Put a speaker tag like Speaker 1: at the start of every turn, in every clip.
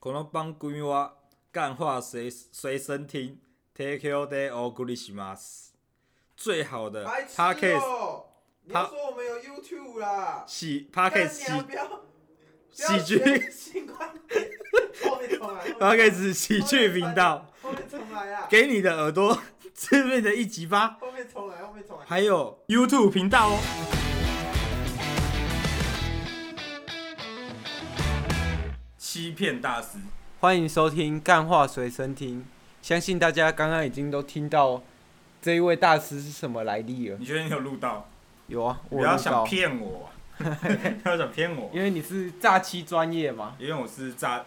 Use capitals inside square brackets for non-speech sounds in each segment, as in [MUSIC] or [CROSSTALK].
Speaker 1: この番組は干话随随身听，Take your day or good i s h m a s 最好的
Speaker 2: 白痴
Speaker 1: Podcast
Speaker 2: 哦！你
Speaker 1: 他
Speaker 2: 要说我们有 YouTube 啦？
Speaker 1: 喜 Podcast 喜
Speaker 2: 干你啊不要
Speaker 1: 喜剧
Speaker 2: 不要学
Speaker 1: [LAUGHS]
Speaker 2: 新观点，后面重来。后面
Speaker 1: Podcast 喜剧频道，，
Speaker 2: 后面重来啊！
Speaker 1: 给你的耳朵致命的一击吧。
Speaker 2: 后面重来，后面重来。
Speaker 1: 还有 YouTube 频道哦。欺骗大师，
Speaker 3: 欢迎收听《干话随身听》，相信大家刚刚已经都听到这一位大师是什么来历了。
Speaker 1: 你觉得你有录到？
Speaker 3: 有啊，
Speaker 1: 你
Speaker 3: 我
Speaker 1: 不要
Speaker 3: 有
Speaker 1: 想
Speaker 3: 搞，
Speaker 1: 骗我， [LAUGHS] 不要想骗我，
Speaker 3: 因为你是诈欺专业嘛。
Speaker 1: 因为我是诈，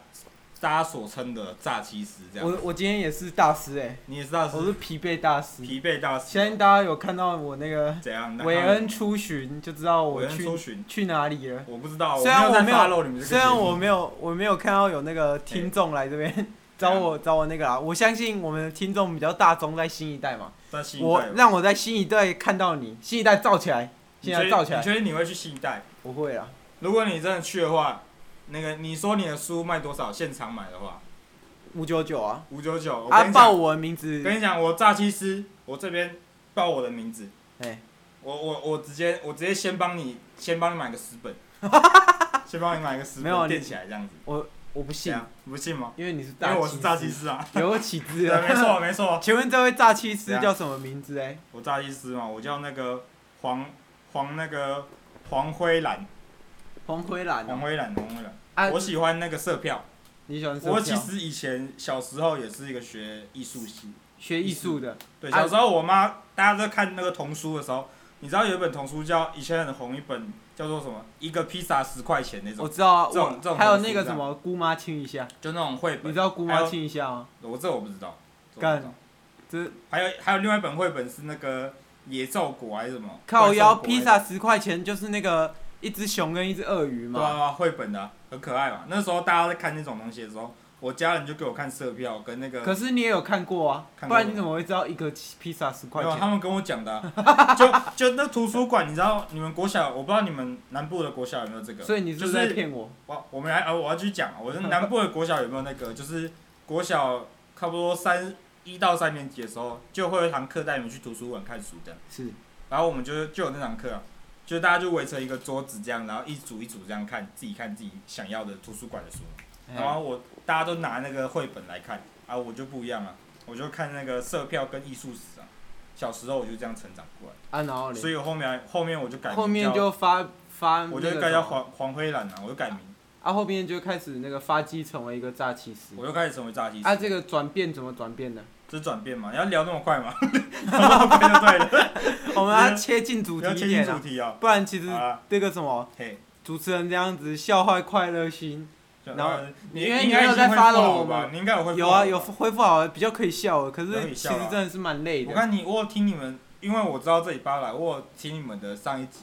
Speaker 1: 大家所称的诈欺师这样。
Speaker 3: 我我今天也是大师哎、
Speaker 1: 你也知道
Speaker 3: 我是
Speaker 1: 是
Speaker 3: 疲惫大师。
Speaker 1: 疲惫大师，
Speaker 3: 相信大家有看到我那个
Speaker 1: 怎样？
Speaker 3: 韦恩出巡，就知道我
Speaker 1: 韦恩
Speaker 3: 去
Speaker 1: 搜寻，
Speaker 3: 去哪里了。
Speaker 1: 我不知道，
Speaker 3: 虽然
Speaker 1: 我
Speaker 3: 我没有
Speaker 1: 在 follow 你们这个节目，哎
Speaker 3: 虽然我没有我没有看到有那个听众来这边、 [LAUGHS] 找我找我那个啊，我相信我们的听众比较大众，在新一代嘛。
Speaker 1: 在新一
Speaker 3: 我
Speaker 1: 代，
Speaker 3: 让我在新一代看到你，新一代造起来，
Speaker 1: 你
Speaker 3: 新一
Speaker 1: 觉得
Speaker 3: 代造起来
Speaker 1: 你。觉得你会去新一代？
Speaker 3: 不会啊啦，
Speaker 1: 如果你真的去的话，那个你说你的书卖多少？现场买的话，
Speaker 3: 五九九啊，
Speaker 1: 五九九。我跟
Speaker 3: 啊
Speaker 1: 你
Speaker 3: 报
Speaker 1: 讲，
Speaker 3: 我的名
Speaker 1: 跟
Speaker 3: 字，
Speaker 1: 你讲，我诈欺师，我这边报我的名字，
Speaker 3: 哎，
Speaker 1: 我我我直接我直接先帮你先帮你买个十
Speaker 3: [LAUGHS]
Speaker 1: 本，先帮你买个十
Speaker 3: 没有啊
Speaker 1: 本
Speaker 3: 你
Speaker 1: 垫起来这样子。
Speaker 3: 我不信
Speaker 1: 这，样你不信吗？
Speaker 3: 因为你是
Speaker 1: 因为
Speaker 3: 诈
Speaker 1: 我是诈欺
Speaker 3: 欺师，
Speaker 1: 师
Speaker 3: [LAUGHS]
Speaker 1: 啊，
Speaker 3: 有起之
Speaker 1: [LAUGHS] 对，
Speaker 3: 了。
Speaker 1: 没错没错，
Speaker 3: 请问这位诈欺
Speaker 1: 怎
Speaker 3: 师
Speaker 1: 样
Speaker 3: 叫什么名字？哎，
Speaker 1: 我诈欺师嘛，我叫那个黄黄那个黄辉蓝，
Speaker 3: 黄辉兰
Speaker 1: 黄
Speaker 3: 哦。
Speaker 1: 辉蓝，黄辉蓝。
Speaker 3: 啊
Speaker 1: 我，喜欢那个色票，
Speaker 3: 你喜欢什
Speaker 1: 我
Speaker 3: 么？
Speaker 1: 其实以前小时候也是一个学艺术系，
Speaker 3: 学艺术的，
Speaker 1: 对，
Speaker 3: 啊
Speaker 1: 小时候我妈大家在看那个童书的时候，你知道有一本童书叫以前很红一本叫做什么？一个披萨十块钱那
Speaker 3: 我
Speaker 1: 种，
Speaker 3: 知道啊。
Speaker 1: 这种这
Speaker 3: 我
Speaker 1: 种
Speaker 3: 还有
Speaker 1: 东西
Speaker 3: 那个
Speaker 1: 这
Speaker 3: 什
Speaker 1: 样
Speaker 3: 么姑妈亲一下，
Speaker 1: 就那种绘
Speaker 3: 你
Speaker 1: 本
Speaker 3: 知。道姑
Speaker 1: 还
Speaker 3: 妈
Speaker 1: 有
Speaker 3: 亲一下吗？
Speaker 1: 我这我不知道。这我不知道
Speaker 3: 干这
Speaker 1: 还有还有另外一本绘本是那个野兽果还是什么？
Speaker 3: 靠
Speaker 1: 怪兽果
Speaker 3: 腰
Speaker 1: 还
Speaker 3: 披
Speaker 1: 是
Speaker 3: 萨十块钱就是那个一只熊跟一只鳄鱼
Speaker 1: 对
Speaker 3: 嘛。
Speaker 1: 啊，绘本的啊、很可爱嘛。那时候大家在看那种东西的时候，我家人就给我看色票跟那个，
Speaker 3: 可是你也有看过啊，
Speaker 1: 看
Speaker 3: 不
Speaker 1: 过
Speaker 3: 然你怎么会知道一个披萨十块
Speaker 1: 没有
Speaker 3: 钱？
Speaker 1: 他们跟我讲的啊、 [LAUGHS] 就就那图书馆，你知道你们国小，我不知道你们南部的国小有没有这个，
Speaker 3: 所以你是不
Speaker 1: 就是
Speaker 3: 在骗我？
Speaker 1: 我我们来呃，我要去讲，我是南部的国小有没有那个，就是国小差不多三一到三年级的时候，就会有一堂课带你们去图书馆看书这样，
Speaker 3: 是
Speaker 1: 然后我们就就有那堂课、啊，就大家就围成一个桌子这样，然后一组一组这样看，自己看自己想要的图书馆的书，
Speaker 3: 哎
Speaker 1: 然后我大家都拿那个绘本来看啊，我就不一样啊，我就看那个色票跟艺术史啊，小时候我就这样成长过来，
Speaker 3: 啊，然后嘞
Speaker 1: 所以我后面后面我就改名叫，
Speaker 3: 后面就发发那个什么，
Speaker 1: 我就改叫黄黄灰蓝啊，我就改名，
Speaker 3: 啊，后面就开始那个发迹成为一个诈欺师。
Speaker 1: 我就开始成为诈欺师。
Speaker 3: 啊，这个转变怎么转
Speaker 1: [LAUGHS]
Speaker 3: 变的？
Speaker 1: 这转变嘛，你要聊那么快吗？ [LAUGHS] 那么快就对了，
Speaker 3: 我们要切进 [LAUGHS] 主
Speaker 1: 不
Speaker 3: 题
Speaker 1: 要
Speaker 3: 一
Speaker 1: 切进
Speaker 3: 点
Speaker 1: 主
Speaker 3: 啊，
Speaker 1: 题啊。
Speaker 3: 不然其实
Speaker 1: 好啦
Speaker 3: 那个什么
Speaker 1: 嘿，
Speaker 3: 主持人这样子笑坏快乐心，
Speaker 1: 然
Speaker 3: 然后
Speaker 1: 呃你
Speaker 3: 因为
Speaker 1: 应该
Speaker 3: 你没有
Speaker 1: 已经
Speaker 3: 在
Speaker 1: 恢
Speaker 3: follow
Speaker 1: 复好
Speaker 3: 我
Speaker 1: 了吧？
Speaker 3: 们
Speaker 1: 你应该有恢复
Speaker 3: 有啊
Speaker 1: 好了
Speaker 3: 有
Speaker 1: 吧
Speaker 3: 恢复好了，比较可以笑了，可是
Speaker 1: 可以
Speaker 3: 其
Speaker 1: 笑啊
Speaker 3: 实真的是蛮累
Speaker 1: 我
Speaker 3: 的。
Speaker 1: 看你，我有听你们，因为我知道这礼拜来，我有听你们的上一集，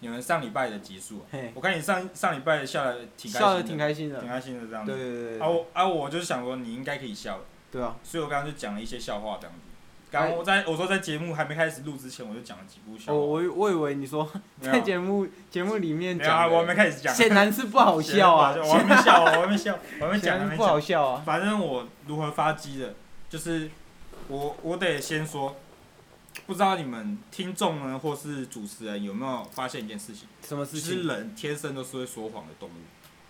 Speaker 1: 你们上礼拜的集数啊，
Speaker 3: 嘿，
Speaker 1: 我看你上上礼拜下来挺开心
Speaker 3: 笑
Speaker 1: 的，
Speaker 3: 的挺开心的
Speaker 1: 挺。开心的这样
Speaker 3: 对
Speaker 1: 子。
Speaker 3: 对对
Speaker 1: 啊
Speaker 3: 对，
Speaker 1: 我啊我就是想说你应该可以笑了，
Speaker 3: 对啊，
Speaker 1: 所以我刚刚就讲了一些笑话这样子。刚刚我在我说在节目还没开始录之前，我就讲了几部笑
Speaker 3: 我
Speaker 1: 话。
Speaker 3: 我我以为你说
Speaker 1: 没有啊
Speaker 3: 在节目节目里面
Speaker 1: 没有啊，
Speaker 3: 讲
Speaker 1: 我还没
Speaker 3: 的，
Speaker 1: 开始讲，
Speaker 3: 显然是不好笑
Speaker 1: [LAUGHS]
Speaker 3: 啊，
Speaker 1: 我还没笑，我还没笑，我还没
Speaker 3: 显
Speaker 1: [LAUGHS] 讲，还
Speaker 3: 然是
Speaker 1: 没
Speaker 3: 不
Speaker 1: 讲。
Speaker 3: 好笑啊。
Speaker 1: 反正我如何发机的，就是我我得先说，不知道你们听众呢或是主持人有没有发现一件事情，
Speaker 3: 什么
Speaker 1: 就
Speaker 3: 事
Speaker 1: 是
Speaker 3: 情？
Speaker 1: 人天生都是会说谎的动物，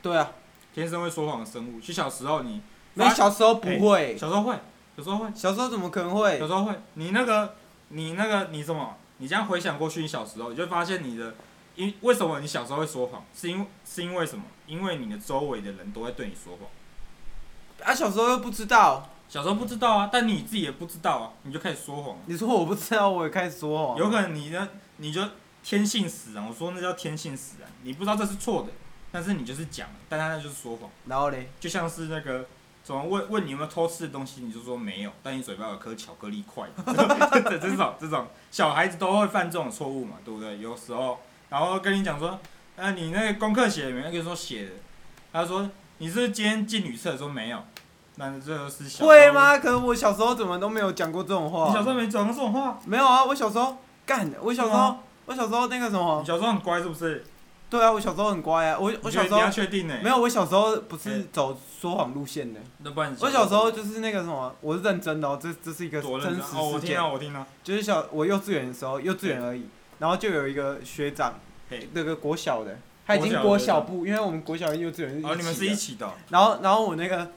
Speaker 3: 对啊，
Speaker 1: 天生会说谎的生物。就小时候你啊
Speaker 3: 没小时候不会，
Speaker 1: 小时候会，有时候会，
Speaker 3: 小时候怎么可能会
Speaker 1: 有？时候会，你那个你那个你什么，你这样回想过去，你小时候你就会发现你的。因为什么你小时候会说谎？是因为是因为什么？因为你的周围的人都会对你说谎。
Speaker 3: 啊，小时候又不知道。
Speaker 1: 小时候不知道啊，但你自己也不知道啊，你就开始说谎。
Speaker 3: 你说我不知道，我也开始说谎。
Speaker 1: 有可能你呢，你就天性使然。我说那叫天性使然，你不知道这是错的，但是你就是讲，但他那就是说谎。
Speaker 3: 然后嘞，
Speaker 1: 就像是那个，怎么问问你有没有偷吃的东西，你就说没有，但你嘴巴有颗巧克力块， [LAUGHS] 这种这种这种小孩子都会犯这种错误嘛，对不对？有时候，然后跟你讲说，呃，你那个功课写了没？他跟你说写的，他说你是不是今天进女厕说没有，那这就是小
Speaker 3: 会
Speaker 1: 时候？
Speaker 3: 吗？可是我小时候怎么都没有讲过这种话。
Speaker 1: 你小时候没讲过这种话，
Speaker 3: 没有啊？我小时候干，我小时
Speaker 1: 是
Speaker 3: 候，我小时候那个什么
Speaker 1: 你，小时候很乖是不是？
Speaker 3: 对啊，我小时候很乖啊，我我小时
Speaker 1: 你
Speaker 3: 候
Speaker 1: 要确定呢、
Speaker 3: 没有，我小时候不是
Speaker 1: 哎
Speaker 3: 走说谎路线的。
Speaker 1: 那不然你
Speaker 3: 我小时候就是那个什么，我是认真的哦，这这是一个
Speaker 1: 多
Speaker 3: 真
Speaker 1: 认
Speaker 3: 实
Speaker 1: 真哦，我
Speaker 3: 事
Speaker 1: 听
Speaker 3: 件，
Speaker 1: 到我听到，
Speaker 3: 就是小我幼稚园的时候，幼稚园而已，然后就有一个学长
Speaker 1: 嘿，
Speaker 3: 那个国小的，他已经
Speaker 1: 国
Speaker 3: 国
Speaker 1: 小
Speaker 3: 小
Speaker 1: 的
Speaker 3: 部，因为我们国小跟幼稚园是一起的，
Speaker 1: 哦，你们是一起的哦，
Speaker 3: 然后然后我那个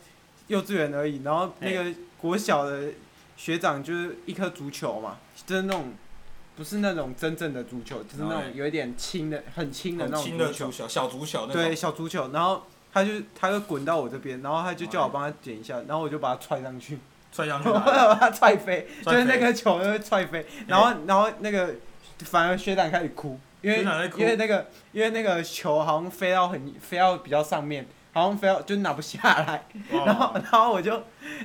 Speaker 3: 幼稚园而已，然后那
Speaker 1: 哎
Speaker 3: 个国小的学长就是一颗足球嘛，就是那种不是那种真正的足球，就是那
Speaker 1: 然后嘞
Speaker 3: 种有一点轻的、很轻的
Speaker 1: 很
Speaker 3: 那种
Speaker 1: 轻的
Speaker 3: 足
Speaker 1: 足
Speaker 3: 球，
Speaker 1: 球，小足球那种。
Speaker 3: 对，小足球。然后他就他就滚到我这边，然后他就叫我帮他捡一下，然后我就把他踹上去，
Speaker 1: 踹上去
Speaker 3: [LAUGHS] 我
Speaker 1: 打，
Speaker 3: 把他踹飞，
Speaker 1: 踹飞
Speaker 3: 就是那个球就会踹飞，然后然后那个反而学长开始哭，因为
Speaker 1: 学长在哭
Speaker 3: 因为那个因为那个球好像飞到很飞到比较上面，好像飞到就拿不下来。 [LAUGHS] 然后
Speaker 1: 哦
Speaker 3: 然后我就，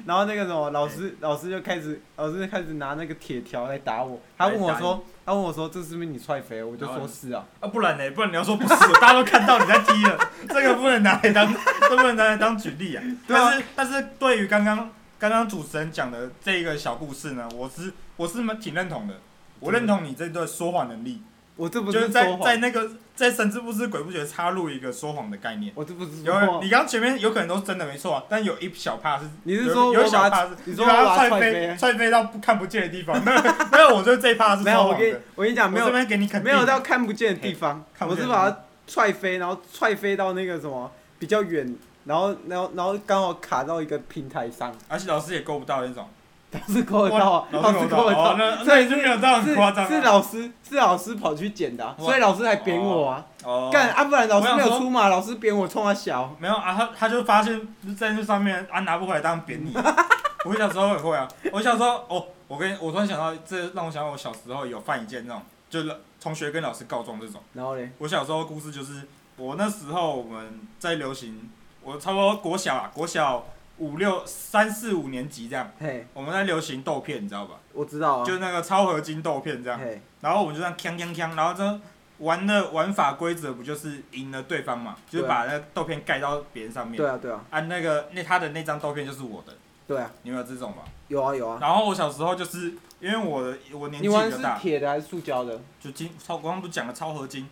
Speaker 3: 然后那个什么老师老师就开始老师就开始拿那个铁条来打我，他问我
Speaker 1: 来打
Speaker 3: 说他问我说这是不是你踹肥？我就
Speaker 1: 然后
Speaker 3: 说
Speaker 1: 呢
Speaker 3: 是啊，
Speaker 1: 啊，不然呢？不然你要说不是，大家都看到你在踢了， [LAUGHS] 这个不能拿来当，这不能拿来当举例啊。
Speaker 3: 对啊
Speaker 1: 但是但是对于刚刚刚刚主持人讲的这个小故事呢，我是我是蛮挺认同的，我认同你这个说谎能力，
Speaker 3: 我这不
Speaker 1: 就是
Speaker 3: 是
Speaker 1: 在
Speaker 3: 说
Speaker 1: 在
Speaker 3: 谎，
Speaker 1: 那个在神之不知鬼不觉插入一个说谎的概念。
Speaker 3: 我这不是说
Speaker 1: 有
Speaker 3: 谎
Speaker 1: 你，刚前面有可能都是真的没错啊，但有一小怕是，
Speaker 3: 你是
Speaker 1: 有
Speaker 3: 说
Speaker 1: 有一
Speaker 3: 我
Speaker 1: 小
Speaker 3: 把
Speaker 1: 怕是，
Speaker 3: 你说
Speaker 1: 把
Speaker 3: 我把
Speaker 1: 它踹
Speaker 3: 它踹
Speaker 1: 飞
Speaker 3: 飞啊
Speaker 1: 踹飞到不看不见的地方， [LAUGHS] 那个那个我觉得这一趴是
Speaker 3: 没
Speaker 1: 说
Speaker 3: 有我
Speaker 1: 谎
Speaker 3: 跟你
Speaker 1: 的，
Speaker 3: 我跟你讲没
Speaker 1: 我这
Speaker 3: 有
Speaker 1: 边给你肯定
Speaker 3: 没
Speaker 1: 的
Speaker 3: 有到看不见的地方，
Speaker 1: 看不
Speaker 3: 我
Speaker 1: 见
Speaker 3: 是
Speaker 1: 的
Speaker 3: 把
Speaker 1: 地
Speaker 3: 它踹飞，然后踹飞到那个什么比较远，然后然后然后刚好卡到一个平台上，
Speaker 1: 而且老师也够不到那种，
Speaker 3: 老师够得到啊，
Speaker 1: 老
Speaker 3: 师
Speaker 1: 师
Speaker 3: 够
Speaker 1: 够
Speaker 3: 得
Speaker 1: 得到，
Speaker 3: 到
Speaker 1: 哦。那
Speaker 3: 所
Speaker 1: 那
Speaker 3: 以
Speaker 1: 已经没有到很夸张
Speaker 3: 是是
Speaker 1: 了。
Speaker 3: 老师是老师跑去捡的啊、
Speaker 1: 哇
Speaker 3: 所以老师还扁我啊。
Speaker 1: 哦
Speaker 3: 干啊！不然老师没
Speaker 1: 我
Speaker 3: 有
Speaker 1: 想说
Speaker 3: 出马，老师扁我冲他小。
Speaker 1: 没有啊，他他就发现在那上面啊拿不回来，当然扁你。
Speaker 3: [LAUGHS]
Speaker 1: 我小时候也会啊，我小时候哦，我跟我突然想到，这让我想到我小时候有犯一件那种，就是同学跟老师告状这种。
Speaker 3: 然后嘞，
Speaker 1: 我小时候的故事就是，我那时候我们在流行，我差不多国小啊，国小五六三四五年级这样，
Speaker 3: 嘿，
Speaker 1: 我们在流行豆片，你知道吧？
Speaker 3: 我知道啊。
Speaker 1: 就那个超合金豆片这样。
Speaker 3: 嘿，
Speaker 1: 然后我们就这样锵锵锵，然后这玩的玩法规则不就是赢了对方嘛，就是
Speaker 3: 对啊
Speaker 1: 把那个豆片盖到别人上面。
Speaker 3: 对啊，对啊，
Speaker 1: 啊，那个那他的那张豆片就是我的，
Speaker 3: 对啊，
Speaker 1: 你有没有这种吧？
Speaker 3: 有啊，有啊。
Speaker 1: 然后我小时候就是因为我的我年纪比
Speaker 3: 你玩
Speaker 1: 较
Speaker 3: 是
Speaker 1: 大，
Speaker 3: 铁的还是塑胶的？
Speaker 1: 就金超我刚刚不是讲了超合金，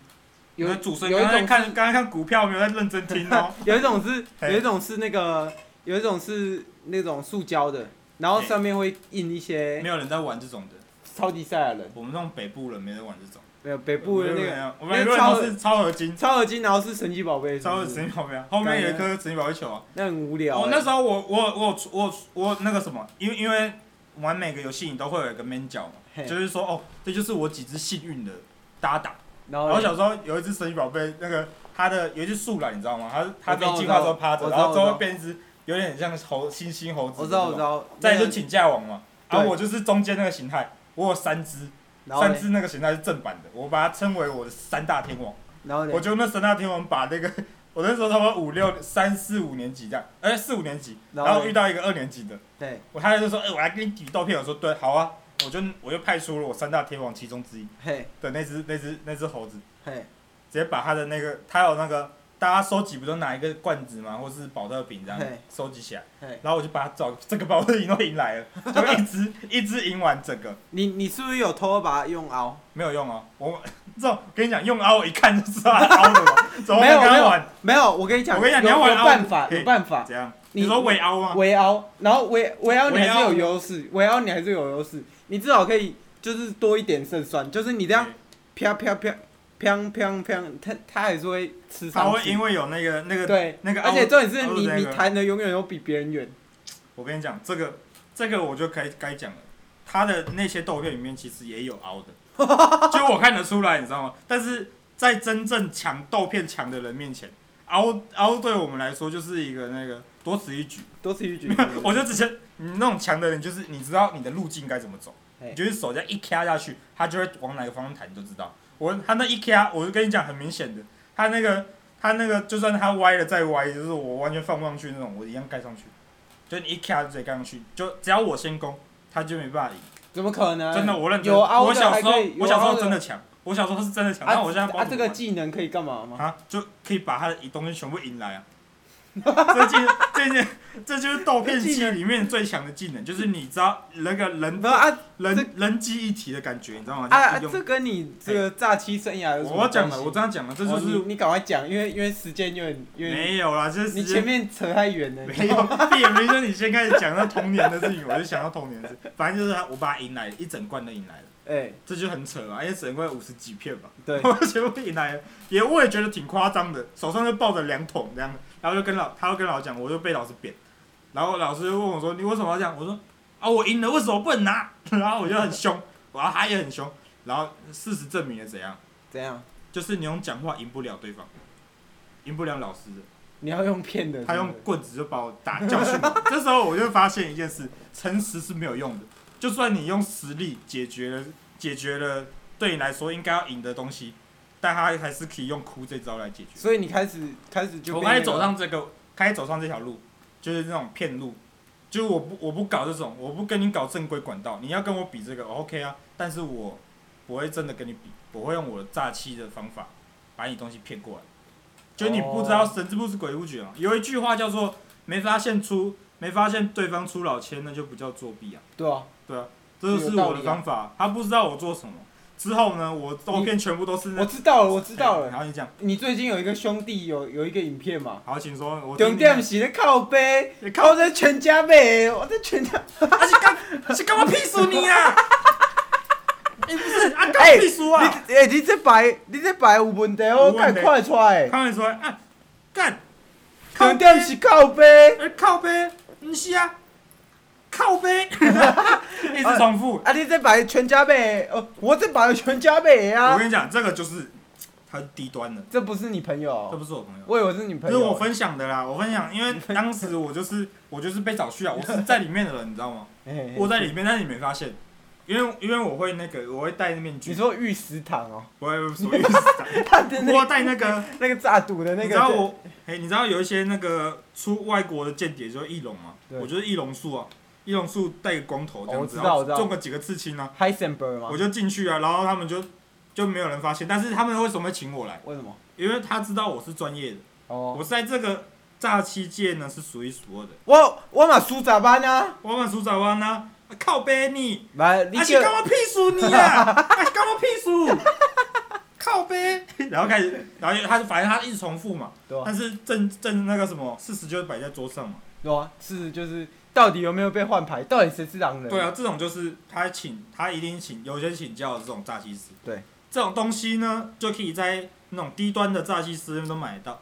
Speaker 3: 有
Speaker 1: 你的主持
Speaker 3: 有
Speaker 1: 人
Speaker 3: 一
Speaker 1: 刚才
Speaker 3: 种
Speaker 1: 看刚才看股票没有在认真听哦，
Speaker 3: 有一种是，
Speaker 1: 嘿
Speaker 3: 有一种是那个，有一种是那种塑胶的，然后上面会印一些
Speaker 1: 没有人在玩这种的，
Speaker 3: 超级赛亚人，
Speaker 1: 我们这种北部人没人玩这种，
Speaker 3: 没有北部的那个
Speaker 1: 个我们北部人都是超合金，
Speaker 3: 超合金，然后是神奇宝贝，是
Speaker 1: 超合
Speaker 3: 不是
Speaker 1: 金宝贝啊，后面有一颗神奇宝贝球啊。
Speaker 3: 那很无聊欸。
Speaker 1: 我那时候我我我我我那个什么，因为因为玩每个游戏你都会有一个 man 角嘛，
Speaker 3: 嘿
Speaker 1: 就是说哦，这就是我几只幸运的搭档。然
Speaker 3: 然后
Speaker 1: 后
Speaker 3: 嘞
Speaker 1: 小时候有一只神奇宝贝，那个它的有一只树懒，你知道吗？它它被
Speaker 3: 我知道
Speaker 1: 进化之后趴着，
Speaker 3: 我知
Speaker 1: 然
Speaker 3: 道
Speaker 1: 后之
Speaker 3: 我知
Speaker 1: 后
Speaker 3: 道
Speaker 1: 变一只有点像猴猩猩猴子。
Speaker 3: 我知道，我知。道。
Speaker 1: 再来
Speaker 3: 那
Speaker 1: 就
Speaker 3: 个
Speaker 1: 请假王嘛，
Speaker 3: 对
Speaker 1: 然后我就是中间那个形态，我有三只，
Speaker 3: 然后
Speaker 1: 三
Speaker 3: 嘞
Speaker 1: 只那个形态是正版的，我把它称为我的三大天王。
Speaker 3: 然后嘞
Speaker 1: 我就那三大天王把那个， [LAUGHS] 我那时候差不多五六三四五年级这样，哎、四五年级，
Speaker 3: 然
Speaker 1: 然
Speaker 3: 后嘞
Speaker 1: 后遇到一个二年级的，
Speaker 3: 对，
Speaker 1: 我他就说，哎、我来给你举刀片，我说对，好啊，我就我就派出了我三大天王其中之一
Speaker 3: 嘿，
Speaker 1: 的那只那只那只猴子，
Speaker 3: 嘿，
Speaker 1: 直接把他的那个他有那个大家收集不都拿一个罐子嘛，或是保特瓶这样
Speaker 3: 嘿
Speaker 1: 收集起来
Speaker 3: 嘿，
Speaker 1: 然后我就把他找这个把我的赢都赢来了，就一只 [LAUGHS] 一只赢完整个。
Speaker 3: 你你是不是有偷偷把它用凹？
Speaker 1: 没有用哦，我 [LAUGHS] 这种跟你讲，用凹我一看就知道他凹的嘛，怎么会
Speaker 3: 没有
Speaker 1: 跟
Speaker 3: 没
Speaker 1: 他
Speaker 3: 有
Speaker 1: 玩？
Speaker 3: 没有，我跟你讲，
Speaker 1: 我跟你讲
Speaker 3: 有
Speaker 1: 你要玩
Speaker 3: 有
Speaker 1: 凹
Speaker 3: 办法，
Speaker 1: 可以
Speaker 3: 有办法，
Speaker 1: 怎样？
Speaker 3: 你
Speaker 1: 你说围凹吗？
Speaker 3: 围凹，然后围围凹你还是有
Speaker 1: 围凹
Speaker 3: 优势，围凹你还是有优势，你至少可以就是多一点胜算，就是你这样啪啪啪啪啪啪，他他还是会吃
Speaker 1: 他
Speaker 3: 上
Speaker 1: 会因
Speaker 3: 去。
Speaker 1: 为有那个那个
Speaker 3: 对，
Speaker 1: 那个凹，
Speaker 3: 而且重点是
Speaker 1: 凹的
Speaker 3: 你
Speaker 1: 那
Speaker 3: 你
Speaker 1: 个
Speaker 3: 弹的永远都比别人远，
Speaker 1: 我跟你讲，这个这个我就该该讲了。他的那些豆片里面其实也有
Speaker 3: [LAUGHS]
Speaker 1: 凹的，就我看得出来，你知道吗？但是在真正抢豆片强的人面前，凹凹对我们来说就是一个那个多此一举。
Speaker 3: 多此一
Speaker 1: [LAUGHS]
Speaker 3: 举。
Speaker 1: 我就直接，你那种强的人就是你知道你的路径该怎么走，
Speaker 3: 嘿
Speaker 1: 你就是手这样一掐下去，他就会往哪个方向弹，你就知道。我他那一掐，我就跟你讲很明显的，他那个他那个就算他歪了再歪，就是我完全放不上去那种，我一样盖上去。就你一掐就直接盖上去，就只要我先攻，他就没办法赢。
Speaker 3: 怎么可能？
Speaker 1: 真的，我认真。
Speaker 3: 呃有啊凹的
Speaker 1: 我小
Speaker 3: 还
Speaker 1: 时候
Speaker 3: 可以有啊
Speaker 1: 我小时
Speaker 3: 凹
Speaker 1: 候
Speaker 3: 的
Speaker 1: 真的强，我小时候是真的强，
Speaker 3: 啊
Speaker 1: 但我现在不知道
Speaker 3: 啊
Speaker 1: 怎么
Speaker 3: 这个
Speaker 1: 玩
Speaker 3: 技能可以
Speaker 1: [LAUGHS]
Speaker 3: 干嘛吗？
Speaker 1: 啊，就可以把他的移东西全部引来啊。这件这件这就是豆片
Speaker 3: 技
Speaker 1: 机
Speaker 3: 能
Speaker 1: 里面最强的技能，就是你知道那个人
Speaker 3: 没有啊这
Speaker 1: 人人机一体的感觉，你知道吗？
Speaker 3: 啊，
Speaker 1: 就是
Speaker 3: 这跟你这个诈欺生涯有什么
Speaker 1: 我讲
Speaker 3: 关
Speaker 1: 了，
Speaker 3: 系
Speaker 1: 我这样讲了，这
Speaker 3: 哦
Speaker 1: 就是
Speaker 3: 你你赶快讲，因为因为时间有点有点，
Speaker 1: 没有啦，这是
Speaker 3: 你前面扯太远了。
Speaker 1: 没有，闭眼没说你先开始讲到童年的事情，我就想到童年的事，反正就是他，我把他赢来了一整罐都赢来了，
Speaker 3: 哎，
Speaker 1: 这就很扯啊，因为整罐五十几片吧，
Speaker 3: 对，
Speaker 1: [LAUGHS] 我全部赢来了，也我也觉得挺夸张的，手上就抱着两桶这样，然后就跟老，他就跟老师讲，我就被老师扁，然后老师就问我说，你为什么要这样？我说啊，我赢了，为什么不能拿？ [LAUGHS] 然后我就很凶，然后他也很凶，然后事实证明了怎样？
Speaker 3: 怎样？
Speaker 1: 就是你用讲话赢不了对方，赢不了老师的。
Speaker 3: 你要用骗的？
Speaker 1: 他用
Speaker 3: 是不是
Speaker 1: 棍子就把我打教训
Speaker 3: [LAUGHS]
Speaker 1: 我。这时候我就发现一件事：诚实是没有用的。就算你用实力解决了解决了对你来说应该要赢的东西，但他还是可以用哭这招来解决。
Speaker 3: 所以你开始开始就
Speaker 1: 我
Speaker 3: 变那
Speaker 1: 开
Speaker 3: 个
Speaker 1: 始走上这个，开始走上这条路，就是那种骗路。就是我不我不搞这种，我不跟你搞正规管道。你要跟我比这个、哦、，OK 啊？但是我不会真的跟你比，我会用我的诈欺的方法把你东西骗过来。就你不知道
Speaker 3: 哦
Speaker 1: 神之不知鬼不觉嘛。有一句话叫做“没发现出没发现对方出老千，那就不叫作弊啊
Speaker 3: 对啊，”。
Speaker 1: 这就是
Speaker 3: 有道
Speaker 1: 我
Speaker 3: 理
Speaker 1: 的
Speaker 3: 啊
Speaker 1: 方法。他不知道我做什么。之后呢，我照片全部都是
Speaker 3: 我
Speaker 1: 那。
Speaker 3: 知道了，我知道
Speaker 1: 然 [LAUGHS]
Speaker 3: 了。
Speaker 1: 后你讲，
Speaker 3: 你最近有一个兄弟有有一个影片嘛？
Speaker 1: 好，请说。我
Speaker 3: 重
Speaker 1: 听你
Speaker 3: 点是在靠背，
Speaker 1: 你靠
Speaker 3: 靠在全家背，我在全家。
Speaker 1: 啊，是干是干嘛屁死你啊？哎、不是啊，干
Speaker 3: 哎
Speaker 1: 嘛屁死啊？
Speaker 3: 你哎，你这白你这白有问题哦，
Speaker 1: 有问
Speaker 3: 赶
Speaker 1: 题
Speaker 3: 快出来。
Speaker 1: 他们说啊，干，
Speaker 3: 重点是靠背，
Speaker 1: 哎靠背，不是啊，靠
Speaker 3: [LAUGHS]
Speaker 1: 背，一直重复。
Speaker 3: 啊，你这白全家背，哦，我这白全家背
Speaker 1: 我
Speaker 3: 啊。
Speaker 1: 跟你讲，这个就是他是低端的，
Speaker 3: 这不是你朋友哦
Speaker 1: 这，不是我朋友。
Speaker 3: 我以为是你
Speaker 1: 这
Speaker 3: 朋
Speaker 1: 是
Speaker 3: 友。
Speaker 1: 我分享的啦，我分享，因为当时我就是我就是被找去啊，我是在里面的人，你知道
Speaker 3: [LAUGHS]
Speaker 1: 吗？
Speaker 3: 嘿嘿嘿
Speaker 1: 我在里面，但是你没发现，因为因为我会那个，我会戴面具，
Speaker 3: 你说玉石堂哦，
Speaker 1: 我会什么意思？
Speaker 3: 他的那
Speaker 1: 我
Speaker 3: 个
Speaker 1: 戴那
Speaker 3: [LAUGHS]
Speaker 1: 个
Speaker 3: 那个炸赌的那个，
Speaker 1: 你知道我，哎、你知道有一些那个出外国的间谍就是翼龙吗？
Speaker 3: 对
Speaker 1: 我就是翼龙树啊，翼龙树戴个光头这样子，
Speaker 3: 哦我知道
Speaker 1: 然后
Speaker 3: 我知道
Speaker 1: 中个几个刺青啊，
Speaker 3: Heisenberg 吗
Speaker 1: 我？就进去啊，然后他们就就没有人发现，但是他们为什么会请我来？
Speaker 3: 为什么？
Speaker 1: 因为他知道我是专业的，
Speaker 3: 哦，
Speaker 1: 我在这个诈欺界呢是数一数二的。
Speaker 3: 我我嘛输咋办啊？
Speaker 1: 我们苏仔湾呢，啊靠背你，
Speaker 3: 来，你
Speaker 1: 啊是
Speaker 3: 叫
Speaker 1: 干嘛屁输你啊？啊是干嘛屁输？靠背，然后开始，然后他就反正他一直重复嘛，
Speaker 3: 对啊吧？
Speaker 1: 但是正正那个什么事实就是摆在桌上嘛。
Speaker 3: 对啊，是就是到底有没有被换牌？到底谁是狼人？
Speaker 1: 对，啊，这种就是他请他一定请有些请教的这种诈欺师。
Speaker 3: 对，
Speaker 1: 这种东西呢，就可以在那种低端的诈欺师那边都买得到。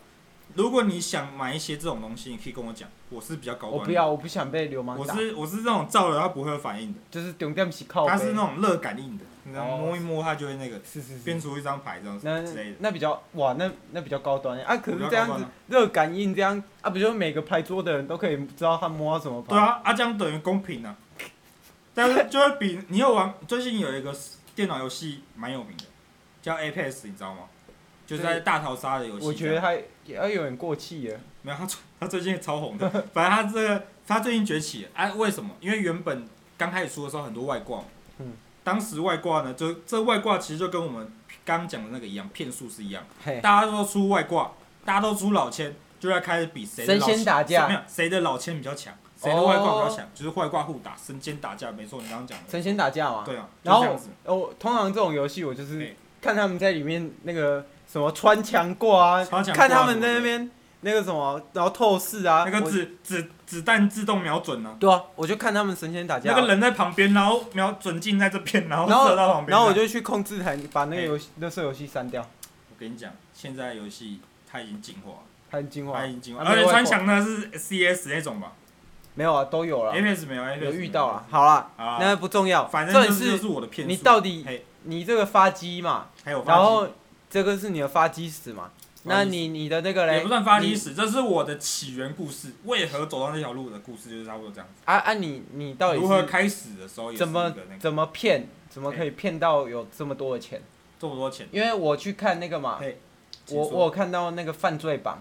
Speaker 1: 如果你想买一些这种东西，你可以跟我讲，我是比较高端的。
Speaker 3: 我不要，我不想被流氓
Speaker 1: 我
Speaker 3: 打，
Speaker 1: 是我是那种照了他不会有反应的，
Speaker 3: 就是重点是靠背。
Speaker 1: 他是那种热感应的，你知道
Speaker 3: 哦
Speaker 1: 摸一摸他就会那个
Speaker 3: 是是是
Speaker 1: 编出一张牌这样子
Speaker 3: 那
Speaker 1: 之类的。
Speaker 3: 那比较哇，那那比较高端耶啊！可
Speaker 1: 我
Speaker 3: 是
Speaker 1: 比较
Speaker 3: 这样
Speaker 1: 高
Speaker 3: 子
Speaker 1: 端啊
Speaker 3: 热感应这样啊，不就每个牌桌的人都可以知道他摸到什么牌？
Speaker 1: 对，啊，啊这样等于公平啊。但是就会比你有玩最近有一个电脑游戏蛮有名的，叫 Apex，你知道吗？就是在大逃杀的游戏。
Speaker 3: 我觉得他也要有点过气了。
Speaker 1: 没有，他最他最近超红的，反正他这个他最近崛起了啊？为什么？因为原本刚开始出的时候很多外挂嘛，
Speaker 3: 嗯
Speaker 1: 当时外挂呢，就这外挂其实就跟我们刚刚讲的那个一样，骗术是一样，
Speaker 3: 嘿，
Speaker 1: 大家都出外挂，大家都出老千，就在开始比谁的
Speaker 3: 神
Speaker 1: 老
Speaker 3: 仙
Speaker 1: 千
Speaker 3: 打架哦
Speaker 1: 没有谁的老千比较强，谁的外挂比较强，就是外挂互打，神仙打架，没错，你刚刚讲的，
Speaker 3: 神仙打架嘛。
Speaker 1: 对啊，就
Speaker 3: 然
Speaker 1: 这样
Speaker 3: 后
Speaker 1: 子，
Speaker 3: 我通常这种游戏，我就
Speaker 1: 对
Speaker 3: 是看他们在里面那个什么穿墙挂啊，
Speaker 1: 穿墙挂
Speaker 3: 看他们在那边那个什么，然后透视啊，
Speaker 1: 那个
Speaker 3: 我
Speaker 1: 子子子弹自动瞄准呢、
Speaker 3: 对啊，我就看他们神仙打架
Speaker 1: 那
Speaker 3: 啊，
Speaker 1: 个人在旁边，然后瞄准镜在这边，然后
Speaker 3: 然后
Speaker 1: 射到旁边，
Speaker 3: 然后我就去控制台，把那个
Speaker 1: 哎
Speaker 3: 游戏那色游戏删掉，
Speaker 1: 我跟你讲，现在游戏它已经进化了，
Speaker 3: 它很精华
Speaker 1: 它已，经进化，
Speaker 3: 啊
Speaker 1: 而
Speaker 3: 没
Speaker 1: 且
Speaker 3: 有
Speaker 1: 穿墙呢是 CS 那种吧
Speaker 3: 没有啊，都有了，
Speaker 1: ，FPS 没有，FPS
Speaker 3: 有遇到啊，
Speaker 1: 没
Speaker 3: 好啦，
Speaker 1: 有啊，
Speaker 3: 那不重要，
Speaker 1: 反
Speaker 3: 重
Speaker 1: 正
Speaker 3: 点
Speaker 1: 就是就是是我的骗术，啊
Speaker 3: 你到底
Speaker 1: 嘿
Speaker 3: 你这个发机嘛，
Speaker 1: 还有发
Speaker 3: 然
Speaker 1: 起
Speaker 3: 后这个是你的发机史嘛，那
Speaker 1: 发机史
Speaker 3: 你你的那个
Speaker 1: 也
Speaker 3: 嘞
Speaker 1: 不，算发历
Speaker 3: 你
Speaker 1: 史，这是我的起源故事，为何走上这条路的故事就是差不多这样子，
Speaker 3: 啊啊你你到底
Speaker 1: 如何
Speaker 3: 是
Speaker 1: 开始的时候也是
Speaker 3: 怎
Speaker 1: 一
Speaker 3: 么
Speaker 1: 个那哎个
Speaker 3: 怎么骗，怎么可以骗到有这么多的钱？
Speaker 1: 这么多钱，
Speaker 3: 因为我去看那个嘛，
Speaker 1: 嘿，
Speaker 3: 我
Speaker 1: 哎请
Speaker 3: 我
Speaker 1: 说
Speaker 3: 有看到那个犯罪榜，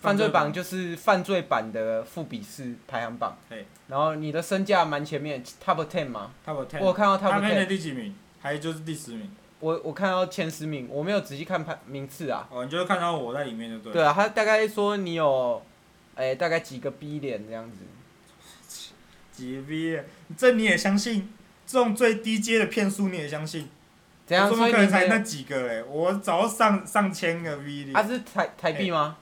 Speaker 3: 犯
Speaker 1: 犯
Speaker 3: 罪
Speaker 1: 罪
Speaker 3: 榜
Speaker 1: 榜
Speaker 3: 就是犯罪版的富比士排行榜
Speaker 1: 嘿。
Speaker 3: 然后你的身价蛮前面，Top Ten 嘛，
Speaker 1: top
Speaker 3: 我有
Speaker 1: ten，
Speaker 3: 看到 Top
Speaker 1: 他们的
Speaker 3: Ten，
Speaker 1: 第几名？还就是第十名
Speaker 3: 我我看到前十名，我没有仔细看排名次啊。
Speaker 1: 哦，你就会看到我在里面就对
Speaker 3: 对啊
Speaker 1: 了，
Speaker 3: 啊，他大概说你有，哎、大概几个 B 脸这样子，
Speaker 1: 姐逼，啊这你也相信？这种最低阶的骗术你也相信？
Speaker 3: 怎样？
Speaker 1: 我怎
Speaker 3: 所
Speaker 1: 么
Speaker 3: 以
Speaker 1: 可能
Speaker 3: 你
Speaker 1: 才
Speaker 3: 没
Speaker 1: 那
Speaker 3: 有
Speaker 1: 几个嘞？我早上上千个 V
Speaker 3: 啊
Speaker 1: 的，
Speaker 3: 是台台币
Speaker 1: 哎
Speaker 3: 吗？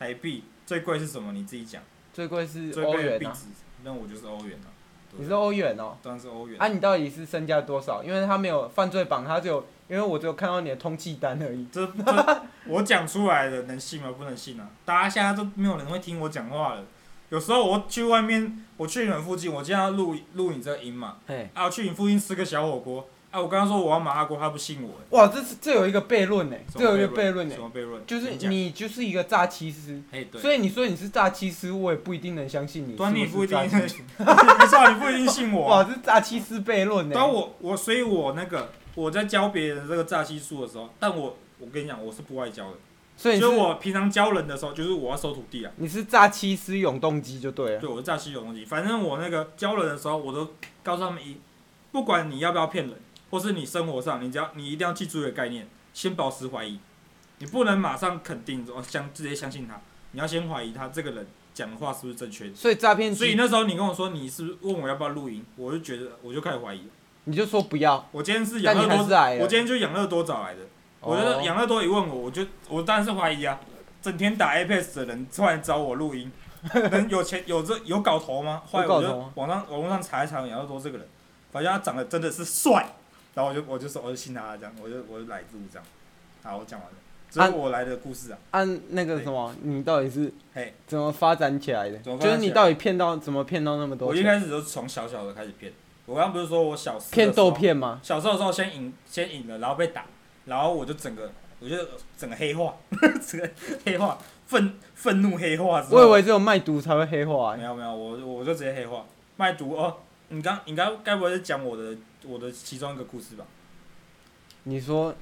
Speaker 1: 台币最贵是什么？你自己讲。
Speaker 3: 最贵是
Speaker 1: 最
Speaker 3: 欧
Speaker 1: 贵的
Speaker 3: 元
Speaker 1: 币
Speaker 3: 啊？
Speaker 1: 值，那我就是欧元啊。对
Speaker 3: 你是欧元哦？
Speaker 1: 当然是欧元
Speaker 3: 啊，你到底是身价多少？因为他没有犯罪榜，他只有因为我只有看到你的通缉单而已。
Speaker 1: 这这我讲出来的能信吗？不能信啊！大家现在都没有人会听我讲话了。有时候我去外面，我去你们附近，我今天要录录你这个音嘛，
Speaker 3: 嘿，
Speaker 1: 啊，我去你附近吃个小火锅，啊，我跟他说我要麻辣锅，他不信我、欸。
Speaker 3: 哇，这是这有一个悖论呢，这有一个悖论呢
Speaker 1: 什，么悖论？
Speaker 3: 就是
Speaker 1: 你讲，
Speaker 3: 你就是一个诈欺师，
Speaker 1: 哎，对，
Speaker 3: 所以你说你是诈欺师，我也不一定能相信你。
Speaker 1: 端你
Speaker 3: 是不
Speaker 1: 不
Speaker 3: 是
Speaker 1: 一定，[LAUGHS]
Speaker 3: 诈
Speaker 1: 没
Speaker 3: 欺师
Speaker 1: 错，你不一定信我啊。
Speaker 3: 哇，这是诈欺师悖论呢。
Speaker 1: 当我我，所以我那个我在教别人这个诈欺术的时候，但我我跟你讲，我是不爱教的，
Speaker 3: 所以你
Speaker 1: 就是我平常教人的时候，就是我要收徒弟啊。
Speaker 3: 你是诈欺师永动机就对了。
Speaker 1: 对，我是诈欺有东西。反正我那个教人的时候，我都告诉他们一，不管你要不要骗人，或是你生活上，你只要你一定要记住一个概念，先保持怀疑，你不能马上肯定哦相直接相信他，你要先怀疑他这个人讲的话是不是正确的。
Speaker 3: 所以诈骗
Speaker 1: 所以
Speaker 3: 集，
Speaker 1: 那时候你跟我说你是不是问我要不要录音，我就觉得我就开始怀疑了。
Speaker 3: 你就说不要，
Speaker 1: 我今天是养
Speaker 3: 但你
Speaker 1: 乐
Speaker 3: 还
Speaker 1: 多
Speaker 3: 是，来了。
Speaker 1: 我今天就养乐多找来的。我觉
Speaker 3: 哦
Speaker 1: 得养乐多一问我，我就我当然是怀疑啊，整天打 Apex 的人突然找我录音， [LAUGHS] 能有钱有这有搞头吗？后来我
Speaker 3: 有搞头
Speaker 1: 就
Speaker 3: 吗
Speaker 1: 网上网络上查一查养乐多这个人，发现他长得真的是帅，然后我就我就说我就信他这样，我就我就来录这样。好，我讲完了，这
Speaker 3: 啊
Speaker 1: 是我来的故事啊。
Speaker 3: 按那个什么，你到底是
Speaker 1: 嘿
Speaker 3: 怎么发展起来的？
Speaker 1: 怎么发
Speaker 3: 就
Speaker 1: 展
Speaker 3: 是你
Speaker 1: 起来
Speaker 3: 到底骗到怎么骗到那么多
Speaker 1: 我一
Speaker 3: 钱？
Speaker 1: 开始就是从小小的开始骗，我刚刚不是说我小四的
Speaker 3: 骗
Speaker 1: 时候
Speaker 3: 豆，骗吗？
Speaker 1: 小时候的时候先赢先赢了，然后被打，然后我就整个我就整个黑化， [LAUGHS] 整个黑化愤愤怒黑化之后。
Speaker 3: 我以为只有卖毒才会黑化、
Speaker 1: 没
Speaker 3: 欸。
Speaker 1: 有没有，我我就直接黑化卖毒哦。你刚你刚该不会是讲我的我的其中一个故事吧？
Speaker 3: 你说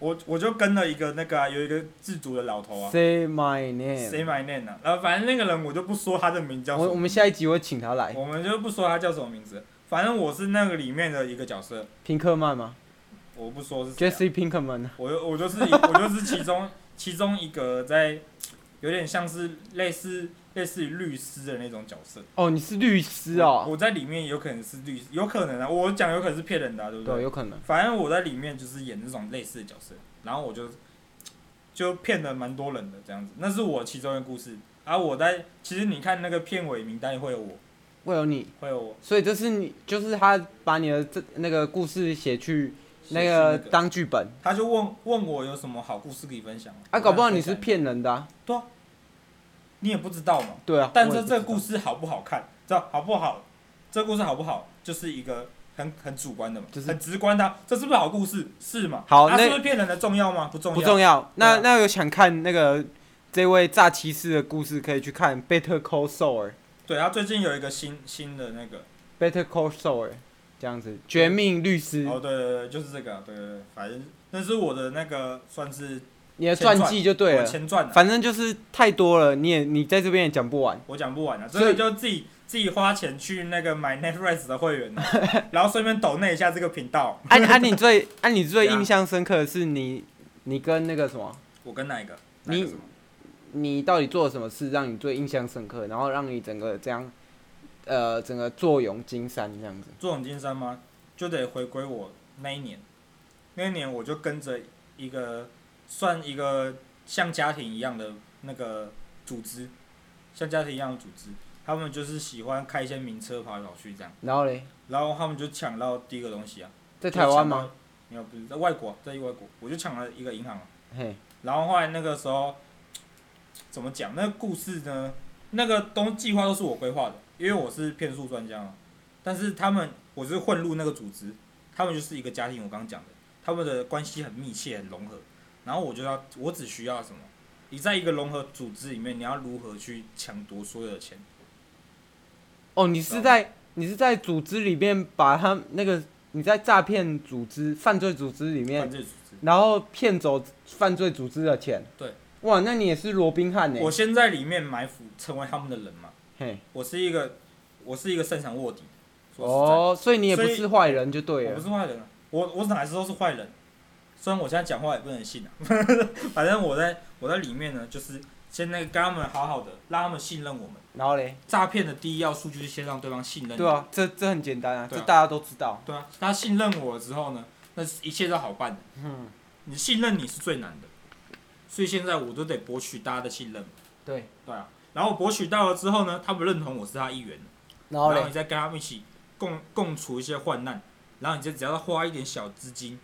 Speaker 1: 我我就跟了一个那个啊、有一个制毒的老头啊
Speaker 3: Say my
Speaker 1: ，Say
Speaker 3: name，
Speaker 1: My Name 啊，然后反正那个人我就不说他的名叫什
Speaker 3: 我
Speaker 1: 么
Speaker 3: 我们下一集会请他来，
Speaker 1: 我们就不说他叫什么名字，反正我是那个里面的一个角色，
Speaker 3: 平克曼吗
Speaker 1: 我不说是谁啊、
Speaker 3: ？Jesse Pinkman，
Speaker 1: 我就我就是一我就是其中其中一个在有点像是类似类似于律师的那种角色。
Speaker 3: 哦，你是律师
Speaker 1: 我
Speaker 3: 哦，
Speaker 1: 我在里面有可能是律师，有可能啊，我讲有可能是骗人的、啊，对不
Speaker 3: 对，有可能。
Speaker 1: 反正我在里面就是演这种类似的角色，然后我就就骗了蛮多人的这样子，那是我其中一个故事。啊，我在其实你看那个片尾名单会有我，
Speaker 3: 会有你，
Speaker 1: 会有我
Speaker 3: 所以这是你，就是他把你的这那个故事写去那
Speaker 1: 写
Speaker 3: 个
Speaker 1: 是那个
Speaker 3: 当剧本
Speaker 1: 他就问问我有什么好故事可以分享
Speaker 3: 啊，搞不好你是
Speaker 1: 我跟他分享，
Speaker 3: 骗人的、啊，
Speaker 1: 你也不知道嘛。
Speaker 3: 对啊。
Speaker 1: 但
Speaker 3: 我也
Speaker 1: 是
Speaker 3: 不
Speaker 1: 这个
Speaker 3: 知
Speaker 1: 故
Speaker 3: 道
Speaker 1: 事好不好看，知道好不好？这个故事好不好，就是一个很很主观的嘛，
Speaker 3: 就是
Speaker 1: 很直观的啊、这是不是好故事？是嘛？
Speaker 3: 好
Speaker 1: 啊、
Speaker 3: 那
Speaker 1: 是不是骗人的重要吗？不重要。
Speaker 3: 不重要。
Speaker 1: 对
Speaker 3: 那、
Speaker 1: 啊
Speaker 3: 那有想看那个这位诈欺师的故事，可以去看《Better Call Saul》
Speaker 1: 对，啊他最近有一个新新的那个，
Speaker 3: 《Better Call Saul》这样子，《绝命律师》
Speaker 1: 哦，对对对，就是这个，对对对，反正那是我的那个算是
Speaker 3: 你的传记就对
Speaker 1: 我
Speaker 3: 了。
Speaker 1: 前传、啊，
Speaker 3: 反正就是太多了，你也你在这边也讲不 [LAUGHS] 完。
Speaker 1: 我讲不完了、啊，
Speaker 3: 所
Speaker 1: 这
Speaker 3: 以
Speaker 1: 个就自己自己花钱去那个买 Netflix 的会
Speaker 3: [LAUGHS]
Speaker 1: 员、啊，然后顺便抖那一下这个频道。
Speaker 3: 按按、啊你最按、你最
Speaker 1: 对啊
Speaker 3: 印象深刻的是你你跟那个什么，
Speaker 1: 我跟哪一个？
Speaker 3: 你
Speaker 1: 哪一个什么
Speaker 3: 你到底做了什么事让你最印象深刻，然后让你整个这样，呃，整个坐拥金山这样子。
Speaker 1: 做种金山吗？就得回归我那一年，那一年我就跟着一个算一个像家庭一样的那个组织，像家庭一样的组织，他们就是喜欢开一些名车跑来跑去这样，
Speaker 3: 然后嘞，
Speaker 1: 然后他们就抢到第一个东西啊。
Speaker 3: 在台湾吗？？
Speaker 1: 没有，不是在外国，在外国，我就抢了一个银行啊。
Speaker 3: 嘿，
Speaker 1: 然后后来那个时候，怎么讲？那个故事呢？那个东计划都是我规划的，因为我是骗术专家嘛。但是他们，我是混入那个组织，他们就是一个家庭，我刚刚讲的，他们的关系很密切，很融合。然后我就要，我只需要什么？你在一个融合组织里面，你要如何去抢夺所有的钱？
Speaker 3: 哦，你是在你是在组织里面把他那个你在诈骗组织、犯罪组织里
Speaker 1: 犯
Speaker 3: 面，
Speaker 1: 罪组织。
Speaker 3: 然后骗走犯罪组织的钱。
Speaker 1: 对。
Speaker 3: 哇，那你也是罗宾汉呢、
Speaker 1: 我先在里面埋伏，成为他们的人嘛。
Speaker 3: 嘿。
Speaker 1: 我是一个，我是一个擅长卧底。说实在的
Speaker 3: 哦，所以你也不
Speaker 1: 所以
Speaker 3: 是坏人就对
Speaker 1: 我不
Speaker 3: 了。
Speaker 1: 是坏人啊，我我哪时候是坏 [LAUGHS] 人？虽然我现在讲话也不能信啊，反正我在我在里面呢，就是先那个跟他们好好的，让他们信任我们。
Speaker 3: 然后嘞，
Speaker 1: 诈骗的第一要素就是先让对方信任。
Speaker 3: 对，啊，这这很简单啊，
Speaker 1: 对
Speaker 3: 这
Speaker 1: 啊
Speaker 3: 大家都知道。
Speaker 1: 对啊，他信任我之后呢，那一切都好办的。
Speaker 3: 嗯，
Speaker 1: 你信任你是最难的，所以现在我都得博取大家的信任。
Speaker 3: 对。
Speaker 1: 对啊，然后博取到了之后呢，他们认同我是他一员，
Speaker 3: 然后
Speaker 1: 然后
Speaker 3: 嘞
Speaker 1: 你，再跟他们一起共共处一些患难，然后你就只要花一点小资金，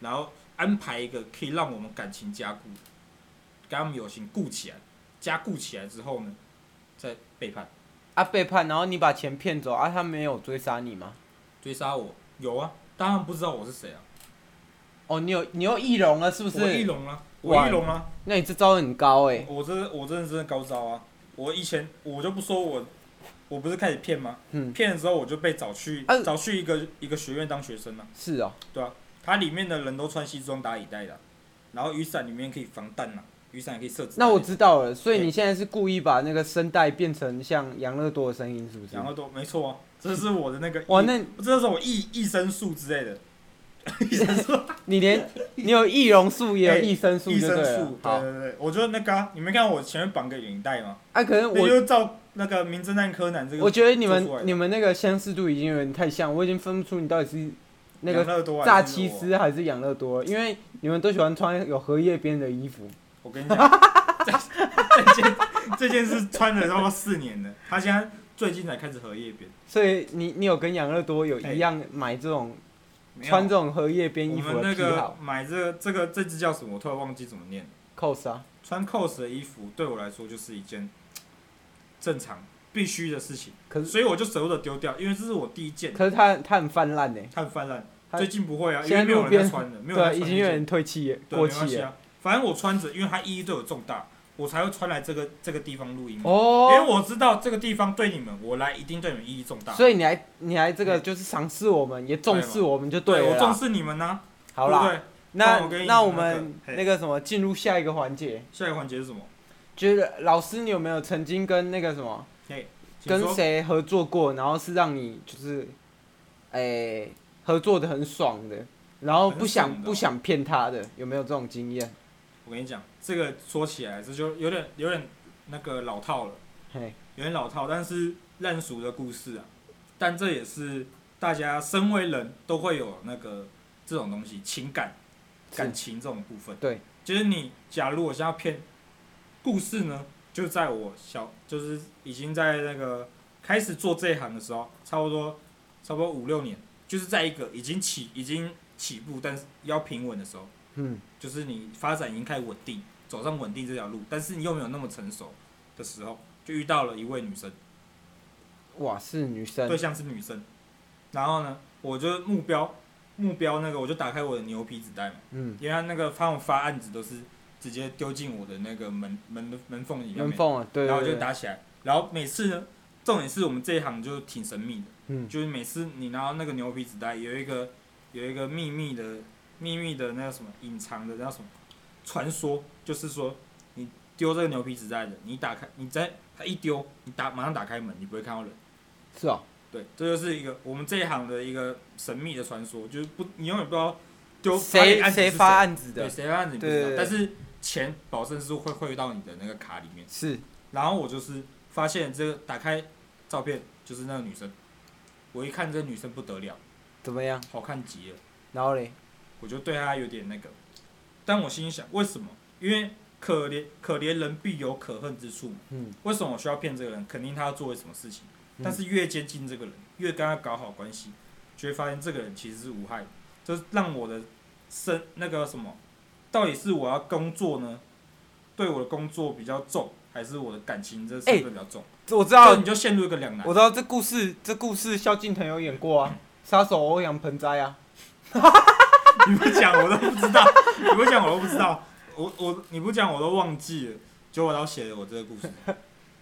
Speaker 1: 然后安排一个可以让我们感情加固，跟他们友情固起来，加固起来之后呢，再背叛
Speaker 3: 啊背叛，然后你把钱骗走啊，他没有追杀你吗？
Speaker 1: 追杀我。有啊，当然不知道我是谁啊，
Speaker 3: 哦，你有你有易容了是不
Speaker 1: 我易
Speaker 3: 是？
Speaker 1: 容啊，我易容啊，
Speaker 3: 那你这招很高哎、
Speaker 1: 我这我真的真的高招啊！我以前我就不说我，我不是开始骗吗？
Speaker 3: 嗯，
Speaker 1: 骗了之后我就被找去、
Speaker 3: 啊
Speaker 1: 找去一个一个学院当学生了、啊
Speaker 3: 是哦，
Speaker 1: 它里面的人都穿西装打领带的，啊然后雨伞里面可以防弹呐、雨伞也可以设置。
Speaker 3: 那我知道了，所以
Speaker 1: 对
Speaker 3: 你现在是故意把那个声带变成像杨乐多的声音，是不是？
Speaker 1: 然后都没错、啊，这是我的那个
Speaker 3: 哇，那
Speaker 1: 这是我益益生素之类的，益生
Speaker 3: [LAUGHS]
Speaker 1: 素，
Speaker 3: 你连你有易容术也有
Speaker 1: 哎
Speaker 3: 益生素
Speaker 1: 益
Speaker 3: 就
Speaker 1: 生
Speaker 3: 对了
Speaker 1: 素，。对
Speaker 3: 好，
Speaker 1: 对对，我觉得那个、啊、你没看我前面绑个领带吗？
Speaker 3: 啊，可能
Speaker 1: 那
Speaker 3: 我
Speaker 1: 就照那个《名侦探柯南》这个，
Speaker 3: 我觉得你
Speaker 1: 做出来
Speaker 3: 们
Speaker 1: 的
Speaker 3: 你们那个相似度已经有点太像，我已经分不出你到底是那
Speaker 1: 养
Speaker 3: 个
Speaker 1: 乐多还是
Speaker 3: 炸鸡
Speaker 1: 我
Speaker 3: 师还是养乐多，因为你们都喜欢穿有荷叶边的衣服。
Speaker 1: 我跟你讲，这 [LAUGHS] 这件这件是穿了差不多四年了，他现在最近才开始荷叶边，
Speaker 3: 所以你你有跟养乐多有
Speaker 1: 哎
Speaker 3: 一样买这种
Speaker 1: 没有
Speaker 3: 穿这种荷叶边
Speaker 1: 我
Speaker 3: 衣服
Speaker 1: 们
Speaker 3: 的
Speaker 1: 那
Speaker 3: 癖
Speaker 1: 个
Speaker 3: 好
Speaker 1: 买这个这个这只叫什么？我突然忘记怎么念了。
Speaker 3: cos 啊？
Speaker 1: 穿 cos 的衣服对我来说就是一件正常必须的事情，
Speaker 3: 可是
Speaker 1: 所以我就舍不得丢掉，因为这是我第一件，
Speaker 3: 可是他他很泛滥欸呢，
Speaker 1: 看泛滥。
Speaker 3: 它
Speaker 1: 最近不会啊，因
Speaker 3: 现在
Speaker 1: 为没有
Speaker 3: 路
Speaker 1: 人
Speaker 3: 边
Speaker 1: 在穿了，没有人
Speaker 3: 对，啊
Speaker 1: 在
Speaker 3: 已
Speaker 1: 穿
Speaker 3: 经
Speaker 1: 这
Speaker 3: 有
Speaker 1: 件
Speaker 3: 点退气
Speaker 1: 对
Speaker 3: 过
Speaker 1: 没关
Speaker 3: 气
Speaker 1: 系
Speaker 3: 了。
Speaker 1: 啊。反正我穿着，因为它意义对我重大，我才会穿来这个这个地方录音啊。因为
Speaker 3: 哦，
Speaker 1: 我知道这个地方对你们，我来一定对你们意义重大。
Speaker 3: 所以你还你还这个就是赏识我们，也重视我们就
Speaker 1: 啊对
Speaker 3: 了
Speaker 1: 我重
Speaker 3: 啦。
Speaker 1: 视你们呢、
Speaker 3: 好
Speaker 1: 对不
Speaker 3: 啦，
Speaker 1: 对？帮
Speaker 3: 那
Speaker 1: 我跟你
Speaker 3: 那我
Speaker 1: 那个
Speaker 3: 们
Speaker 1: 嘿
Speaker 3: 那个什么进入下一个环节，
Speaker 1: 下一个环节是什么？
Speaker 3: 就是老师你有没有曾经跟那个什么
Speaker 1: 请
Speaker 3: 跟
Speaker 1: 说
Speaker 3: 谁合作过，然后是让你就是诶、合作的很爽的，然后不
Speaker 1: 很
Speaker 3: 想
Speaker 1: 爽的哦
Speaker 3: 不想骗他的，有没有这种经验？
Speaker 1: 我跟你讲，这个说起来这就有点有点那个老套了，
Speaker 3: 嘿，
Speaker 1: 有点老套，但是烂熟的故事啊。但这也是大家身为人都会有那个这种东西，情感
Speaker 3: 是
Speaker 1: 感情这种部分。
Speaker 3: 对，
Speaker 1: 就是你假如我现在骗故事呢，就在我小就是已经在那个开始做这一行的时候，差不多差不多五六年，就是在一个已经起已经起步，但是要平稳的时候。
Speaker 3: 嗯，
Speaker 1: 就是你发展已经开始稳定，走上稳定这条路，但是你又没有那么成熟的时候，就遇到了一位女生，
Speaker 3: 哇，是女
Speaker 1: 对
Speaker 3: 生，
Speaker 1: 象是女生，然后呢，我就目标目标那个，我就打开我的牛皮纸袋嘛，
Speaker 3: 嗯，
Speaker 1: 因为他那个他们发案子都是直接丢进我的那个门门门缝里
Speaker 3: 人
Speaker 1: 面，
Speaker 3: 凤啊，对
Speaker 1: 然后我
Speaker 3: 对
Speaker 1: 就
Speaker 3: 对，
Speaker 1: 打起来，然后每次呢，重点是我们这一行就挺神秘的。
Speaker 3: 嗯，
Speaker 1: 就是每次你拿到那个牛皮纸袋，有一个有一个秘密的秘密的那个什么隐藏的那什么传说，就是说你丢这个牛皮纸袋的，你打开你在它一丢，你打马上打开门，你不会看到人。
Speaker 3: 是哦，
Speaker 1: 对，这就是一个我们这一行的一个神秘的传说，就是不你永远不知道丢
Speaker 3: 谁谁发
Speaker 1: 案
Speaker 3: 案子
Speaker 1: 子是谁对
Speaker 3: 的？
Speaker 1: 谁发案子你不知道
Speaker 3: 对对，对
Speaker 1: 但是钱保证是会汇到你的那个卡里面。
Speaker 3: 是
Speaker 1: 然后我就是发现这个打开照片就是那个女生，我一看这个女生不得了。
Speaker 3: 怎么样？
Speaker 1: 好看极了，
Speaker 3: 然后嘞，
Speaker 1: 我就对他有点那个。但我心里想，为什么？因为可怜可怜人必有可恨之处嘛。
Speaker 3: 嗯，
Speaker 1: 为什么我需要骗这个人？肯定他要做了什么事情。
Speaker 3: 嗯
Speaker 1: 但是越接近这个人，越跟他搞好关系，就会发现这个人其实是无害的。这让我的生那个什么，到底是我要工作呢，对我的工作比较重，还是我的感情这成分比较重？
Speaker 3: 这我知
Speaker 1: 这
Speaker 3: 道
Speaker 1: 样，你就陷入一个两难 [LAUGHS]
Speaker 3: 我。知道这故事，这故事萧敬腾有演过啊，杀手欧阳盆栽啊，
Speaker 1: 你不讲我都不知道，你不讲我都不知道，我我你不讲我都忘记了，结果我要写了我这个故事，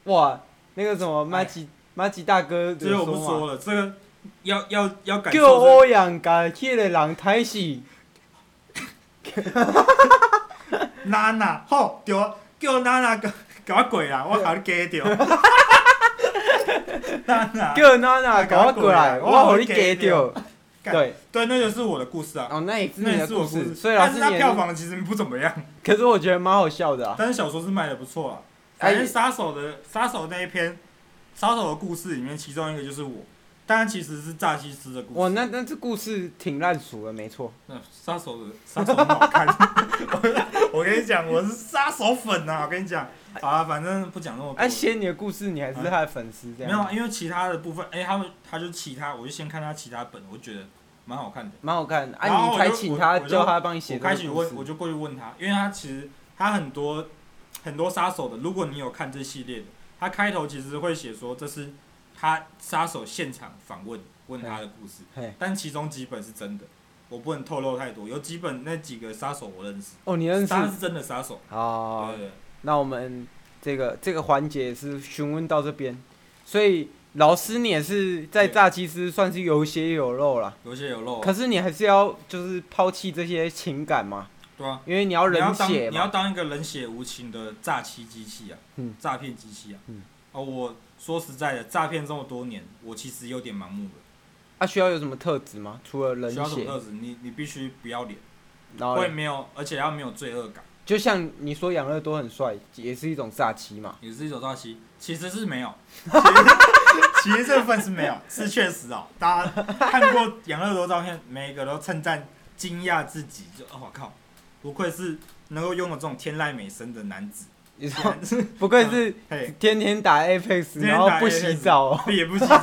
Speaker 3: 哇，那个什么马吉马吉大哥有
Speaker 1: 哎这个我不
Speaker 3: 嘛
Speaker 1: 说了，这个要要要感受、这
Speaker 3: 叫
Speaker 1: 个
Speaker 3: 欧阳家迄个人太死，
Speaker 1: 娜娜，吼对啊，叫娜娜给给我跪啦，我把你加 [LAUGHS] 掉，娜娜，
Speaker 3: 叫娜娜甲我过来，我互你加掉。
Speaker 1: 干
Speaker 3: 对，
Speaker 1: 对，那就是我的故事啊，
Speaker 3: 哦，那也是
Speaker 1: 那
Speaker 3: 你
Speaker 1: 也
Speaker 3: 的
Speaker 1: 是我
Speaker 3: 故
Speaker 1: 的故事，
Speaker 3: 事，所以老
Speaker 1: 但
Speaker 3: 师
Speaker 1: 是它
Speaker 3: 你也
Speaker 1: 票
Speaker 3: 是，啊
Speaker 1: 房其实不怎么样，
Speaker 3: 可是我觉得蛮好笑的啊。
Speaker 1: 但是小说是卖的不错啊。
Speaker 3: 哎
Speaker 1: 反正杀手的杀手那一篇，杀手的故事里面，其中一个就是我，当然其实是炸西斯的故事。
Speaker 3: 哇，那那这故事挺烂熟的，没错。
Speaker 1: 那杀手的杀手很好
Speaker 3: [LAUGHS]
Speaker 1: 看，我我跟你讲，我是杀手粉呐、啊！我跟你讲，好啊，反正不讲那么多
Speaker 3: 哎，。写你的故事，你还是他的粉丝这
Speaker 1: 没有
Speaker 3: 样
Speaker 1: 啊，，因为其他的部分，哎、他们他就其他，我就先看他其他本，我觉得蛮好看的。
Speaker 3: 蛮好看的。哎，
Speaker 1: 然后
Speaker 3: 你
Speaker 1: 我
Speaker 3: 才
Speaker 1: 就
Speaker 3: 请
Speaker 1: 我
Speaker 3: 他
Speaker 1: 我就
Speaker 3: 叫他帮你写
Speaker 1: 我
Speaker 3: 这个
Speaker 1: 开始问，
Speaker 3: 故
Speaker 1: 我
Speaker 3: 事。
Speaker 1: 就过去问他，因为他其实他很多很多杀手的，如果你有看这系列的，他开头其实会写说这是他杀手现场访问问他的故事，
Speaker 3: 嘿，
Speaker 1: 但其中几本是真的，我不能透露太多，有几本那几个杀手我认识，
Speaker 3: 哦，你认识？哦
Speaker 1: 他是真的杀手，
Speaker 3: 好
Speaker 1: 对，对对
Speaker 3: 那我们这个这个环节是询问到这边，所以老师你也是在
Speaker 1: 对
Speaker 3: 炸鸡师算是有血有肉啦。
Speaker 1: 有血有肉啊，
Speaker 3: 可是你还是要就是抛弃这些情感嘛，
Speaker 1: 对啊，
Speaker 3: 因为你要
Speaker 1: 你要
Speaker 3: 冷
Speaker 1: 当
Speaker 3: 血
Speaker 1: 你要
Speaker 3: 嘛。
Speaker 1: 当一个冷血无情的诈欺机器啊，
Speaker 3: 嗯
Speaker 1: 诈骗机器啊，
Speaker 3: 嗯
Speaker 1: 哦，我说实在的，诈骗这么多年，我其实有点盲目了。
Speaker 3: 啊，需要有什么特质吗？除了冷
Speaker 1: 需要什么
Speaker 3: 血，
Speaker 1: 特质？你你必须不要脸，
Speaker 3: 然后
Speaker 1: 会没有，而且要没有罪恶感，
Speaker 3: 就像你说养乐多很帅，也是一种炸欺嘛。
Speaker 1: 也是一种诈欺。其实是
Speaker 3: [LAUGHS]
Speaker 1: 没有，其实其实这部分是没有，是确实哦。大家看过养乐多照片，每一个都称赞、惊讶自己，就哦我靠，不愧是能够拥有这种天籁美声的男子。
Speaker 3: 你
Speaker 1: [LAUGHS]
Speaker 3: 说
Speaker 1: 啊
Speaker 3: [LAUGHS] 不愧是
Speaker 1: 嘿，
Speaker 3: 天天打 Apex，然后不洗澡，
Speaker 1: [LAUGHS] 也不洗
Speaker 3: [LAUGHS]
Speaker 1: 澡，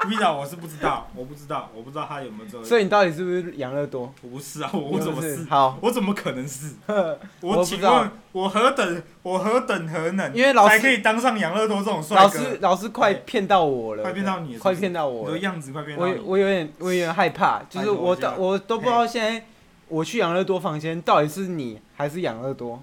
Speaker 1: 不洗澡我是不知道，我不知道，我不知道他有没有这个。
Speaker 3: 所以你到底是不是养乐多？
Speaker 1: 我不是啊，我我
Speaker 3: 是
Speaker 1: 怎
Speaker 3: 不
Speaker 1: 么
Speaker 3: 是
Speaker 1: 是？
Speaker 3: 好，
Speaker 1: 我怎么可能
Speaker 3: [LAUGHS]
Speaker 1: 是？
Speaker 3: 我不
Speaker 1: 我请
Speaker 3: 知道
Speaker 1: 问，我何等我何等何能，
Speaker 3: 因为老师
Speaker 1: 才可以当上养乐多这种帅
Speaker 3: 老
Speaker 1: 哥？
Speaker 3: 师老师快骗到我了，
Speaker 1: 快变到你了是不是，
Speaker 3: 快骗到
Speaker 1: 你
Speaker 3: 我
Speaker 1: 的
Speaker 3: 了，
Speaker 1: 样子快变到
Speaker 3: 我
Speaker 1: 你。
Speaker 3: 我有点我有点害怕，就是
Speaker 1: 拜托一
Speaker 3: 我
Speaker 1: 下
Speaker 3: 到我都不知道现在我去养乐多房间到底是你还是养乐多，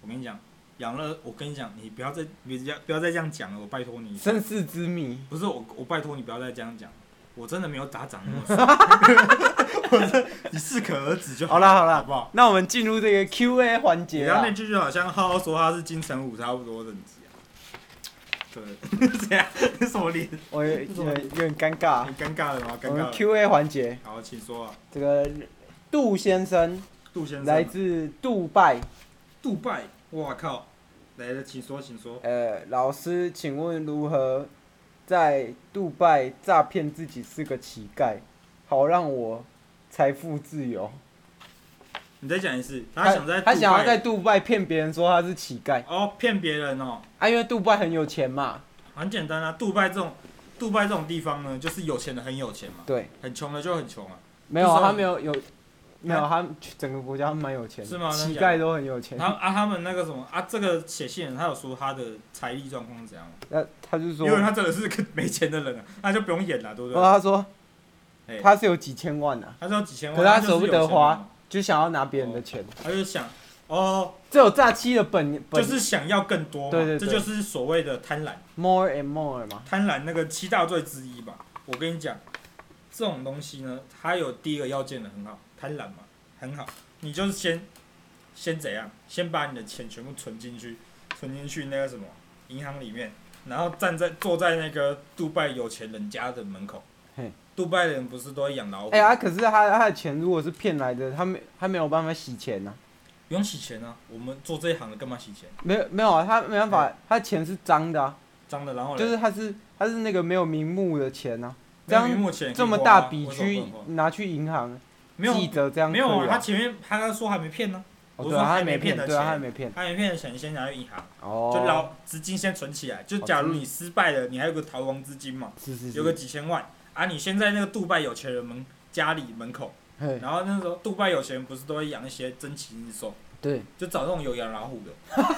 Speaker 1: 我跟你讲，养乐，我跟你讲，你不要再别这样不要再这样讲了，我拜托你。
Speaker 3: 身世之谜。
Speaker 1: 不是我，我拜托你不要再这样讲，我真的没有打长
Speaker 3: [LAUGHS]
Speaker 1: 那么帅， [LAUGHS] 我这你适可而止就
Speaker 3: 好啦好啦
Speaker 1: 好不好？
Speaker 3: 那我们进入这个 Q&A 环
Speaker 1: 你
Speaker 3: 节
Speaker 1: 刚
Speaker 3: 啊
Speaker 1: 那，句就好像浩浩说他是金城武差不多等级啊。对，这样这什么脸？
Speaker 3: 我有有点有点尴尬
Speaker 1: 很。尴尬了吗？尴尬
Speaker 3: 我们
Speaker 1: 了。
Speaker 3: Q&A 环节，
Speaker 1: 好，请说啊，
Speaker 3: 这个杜先生
Speaker 1: 杜先生。
Speaker 3: 来自杜拜，
Speaker 1: 杜拜，哇靠！来了，请说，请说。
Speaker 3: 呃，老师，请问如何在杜拜诈骗自己是个乞丐，好让我财富自由？
Speaker 1: 你再讲一次，他想在
Speaker 3: 他
Speaker 1: 杜
Speaker 3: 想要
Speaker 1: 拜
Speaker 3: 在杜拜骗别人说他是乞丐
Speaker 1: 哦骗别人哦，
Speaker 3: 啊，因为杜拜很有钱嘛。
Speaker 1: 很简单啊。杜拜这种，杜拜这种地方呢，就是有钱的很有钱嘛，
Speaker 3: 对，
Speaker 1: 很穷的就很穷啊。
Speaker 3: 没有啊
Speaker 1: 就是
Speaker 3: 他没有有，没有他整个国家他蛮有钱的，
Speaker 1: 是吗
Speaker 3: 乞
Speaker 1: 真假的
Speaker 3: 丐都很有钱
Speaker 1: 他。啊，他们那个什么啊，这个写信人他有说他的财力状况是怎样吗？
Speaker 3: 那他就说
Speaker 1: 因，为他真的是个没钱的人啊，那就不用演了，对不
Speaker 3: 然后
Speaker 1: 对？
Speaker 3: 他说
Speaker 1: 哎
Speaker 3: 他是有几千万啊，
Speaker 1: 他是有几千万，
Speaker 3: 可是他
Speaker 1: 就是
Speaker 3: 舍不得
Speaker 1: 有钱人
Speaker 3: 花
Speaker 1: 嘛，
Speaker 3: 就想要拿别人的钱，
Speaker 1: 他就想哦，
Speaker 3: 这有诈欺的本
Speaker 1: 就
Speaker 3: 本
Speaker 1: 是想要更多嘛，
Speaker 3: 对对对
Speaker 1: 这就是所谓的贪婪。
Speaker 3: more and more 嘛。
Speaker 1: 贪婪那个七大罪之一吧。我跟你讲，这种东西呢，它有第一个要件的很好，贪婪嘛，很好。你就是先先怎样，先把你的钱全部存进去，存进去那个什么银行里面，然后站在坐在那个杜拜有钱人家的门口
Speaker 3: 嘿。
Speaker 1: 杜拜人不是都会养老虎？
Speaker 3: 哎呀，可是他他的钱如果是骗来的，他没他没有办法洗钱啊呐、
Speaker 1: 不用洗钱啊！我们做这一行的干嘛洗钱？
Speaker 3: 没有没有啊，他没办
Speaker 1: 哎
Speaker 3: 法，他的钱是脏的啊，
Speaker 1: 脏的，然后嘞
Speaker 3: 就是他是他是那个没有名目的钱呐、
Speaker 1: 没有
Speaker 3: 这样
Speaker 1: 名目钱
Speaker 3: 这么
Speaker 1: 可以花啊
Speaker 3: 大笔
Speaker 1: 为什么不
Speaker 3: 去
Speaker 1: 能花
Speaker 3: 拿去银行
Speaker 1: 没有
Speaker 3: 记着这样
Speaker 1: 没有
Speaker 3: 可
Speaker 1: 啊
Speaker 3: 以？
Speaker 1: 他
Speaker 3: 啊？
Speaker 1: 前面他刚说还没骗呢，我
Speaker 3: 哦对
Speaker 1: 说
Speaker 3: 啊，
Speaker 1: 还
Speaker 3: 他没
Speaker 1: 没骗
Speaker 3: 骗，
Speaker 1: 的
Speaker 3: 对啊，
Speaker 1: 钱
Speaker 3: 他没骗。
Speaker 1: 还没骗的钱先拿去银行。
Speaker 3: 哦，
Speaker 1: 就老资金先存起来。就假如你失败了，你还有个逃亡资金嘛，
Speaker 3: 是是是，
Speaker 1: 有个几千万啊！你先在那个杜拜有钱人门家里门口，
Speaker 3: 嘿
Speaker 1: 然后那时候杜拜有钱人不是都会养一些珍奇异兽，
Speaker 3: 对，
Speaker 1: 就找那种有养老虎的。 [LAUGHS]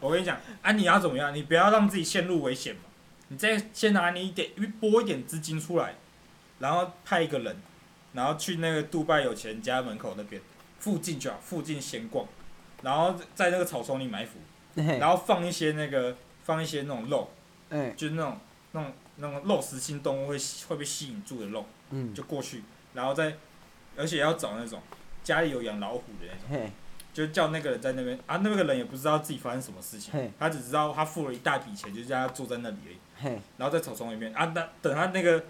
Speaker 1: 我跟你讲啊，你要怎么样？你不要让自己陷入危险嘛。你再先拿你一点一拨一点资金出来，然后派一个人，然后去那个杜拜有钱人家门口那边附近就好，附近闲逛，然后在那个草丛里埋伏。
Speaker 3: 嘿
Speaker 1: 然后放一些那个放一些那种肉，
Speaker 3: 哎
Speaker 1: 就是那种那种那种肉食性动物会吸会被吸引住的肉，
Speaker 3: 嗯
Speaker 1: 就过去，然后再而且要找那种家里有养老虎的那种，
Speaker 3: 嘿
Speaker 1: 就叫那个人在那边啊，那个人也不知道自己发生什么事情
Speaker 3: 嘿，
Speaker 1: 他只知道他付了一大笔钱，就叫他坐在那里而已，
Speaker 3: 嘿
Speaker 1: 然后在草丛里面啊，那等他那个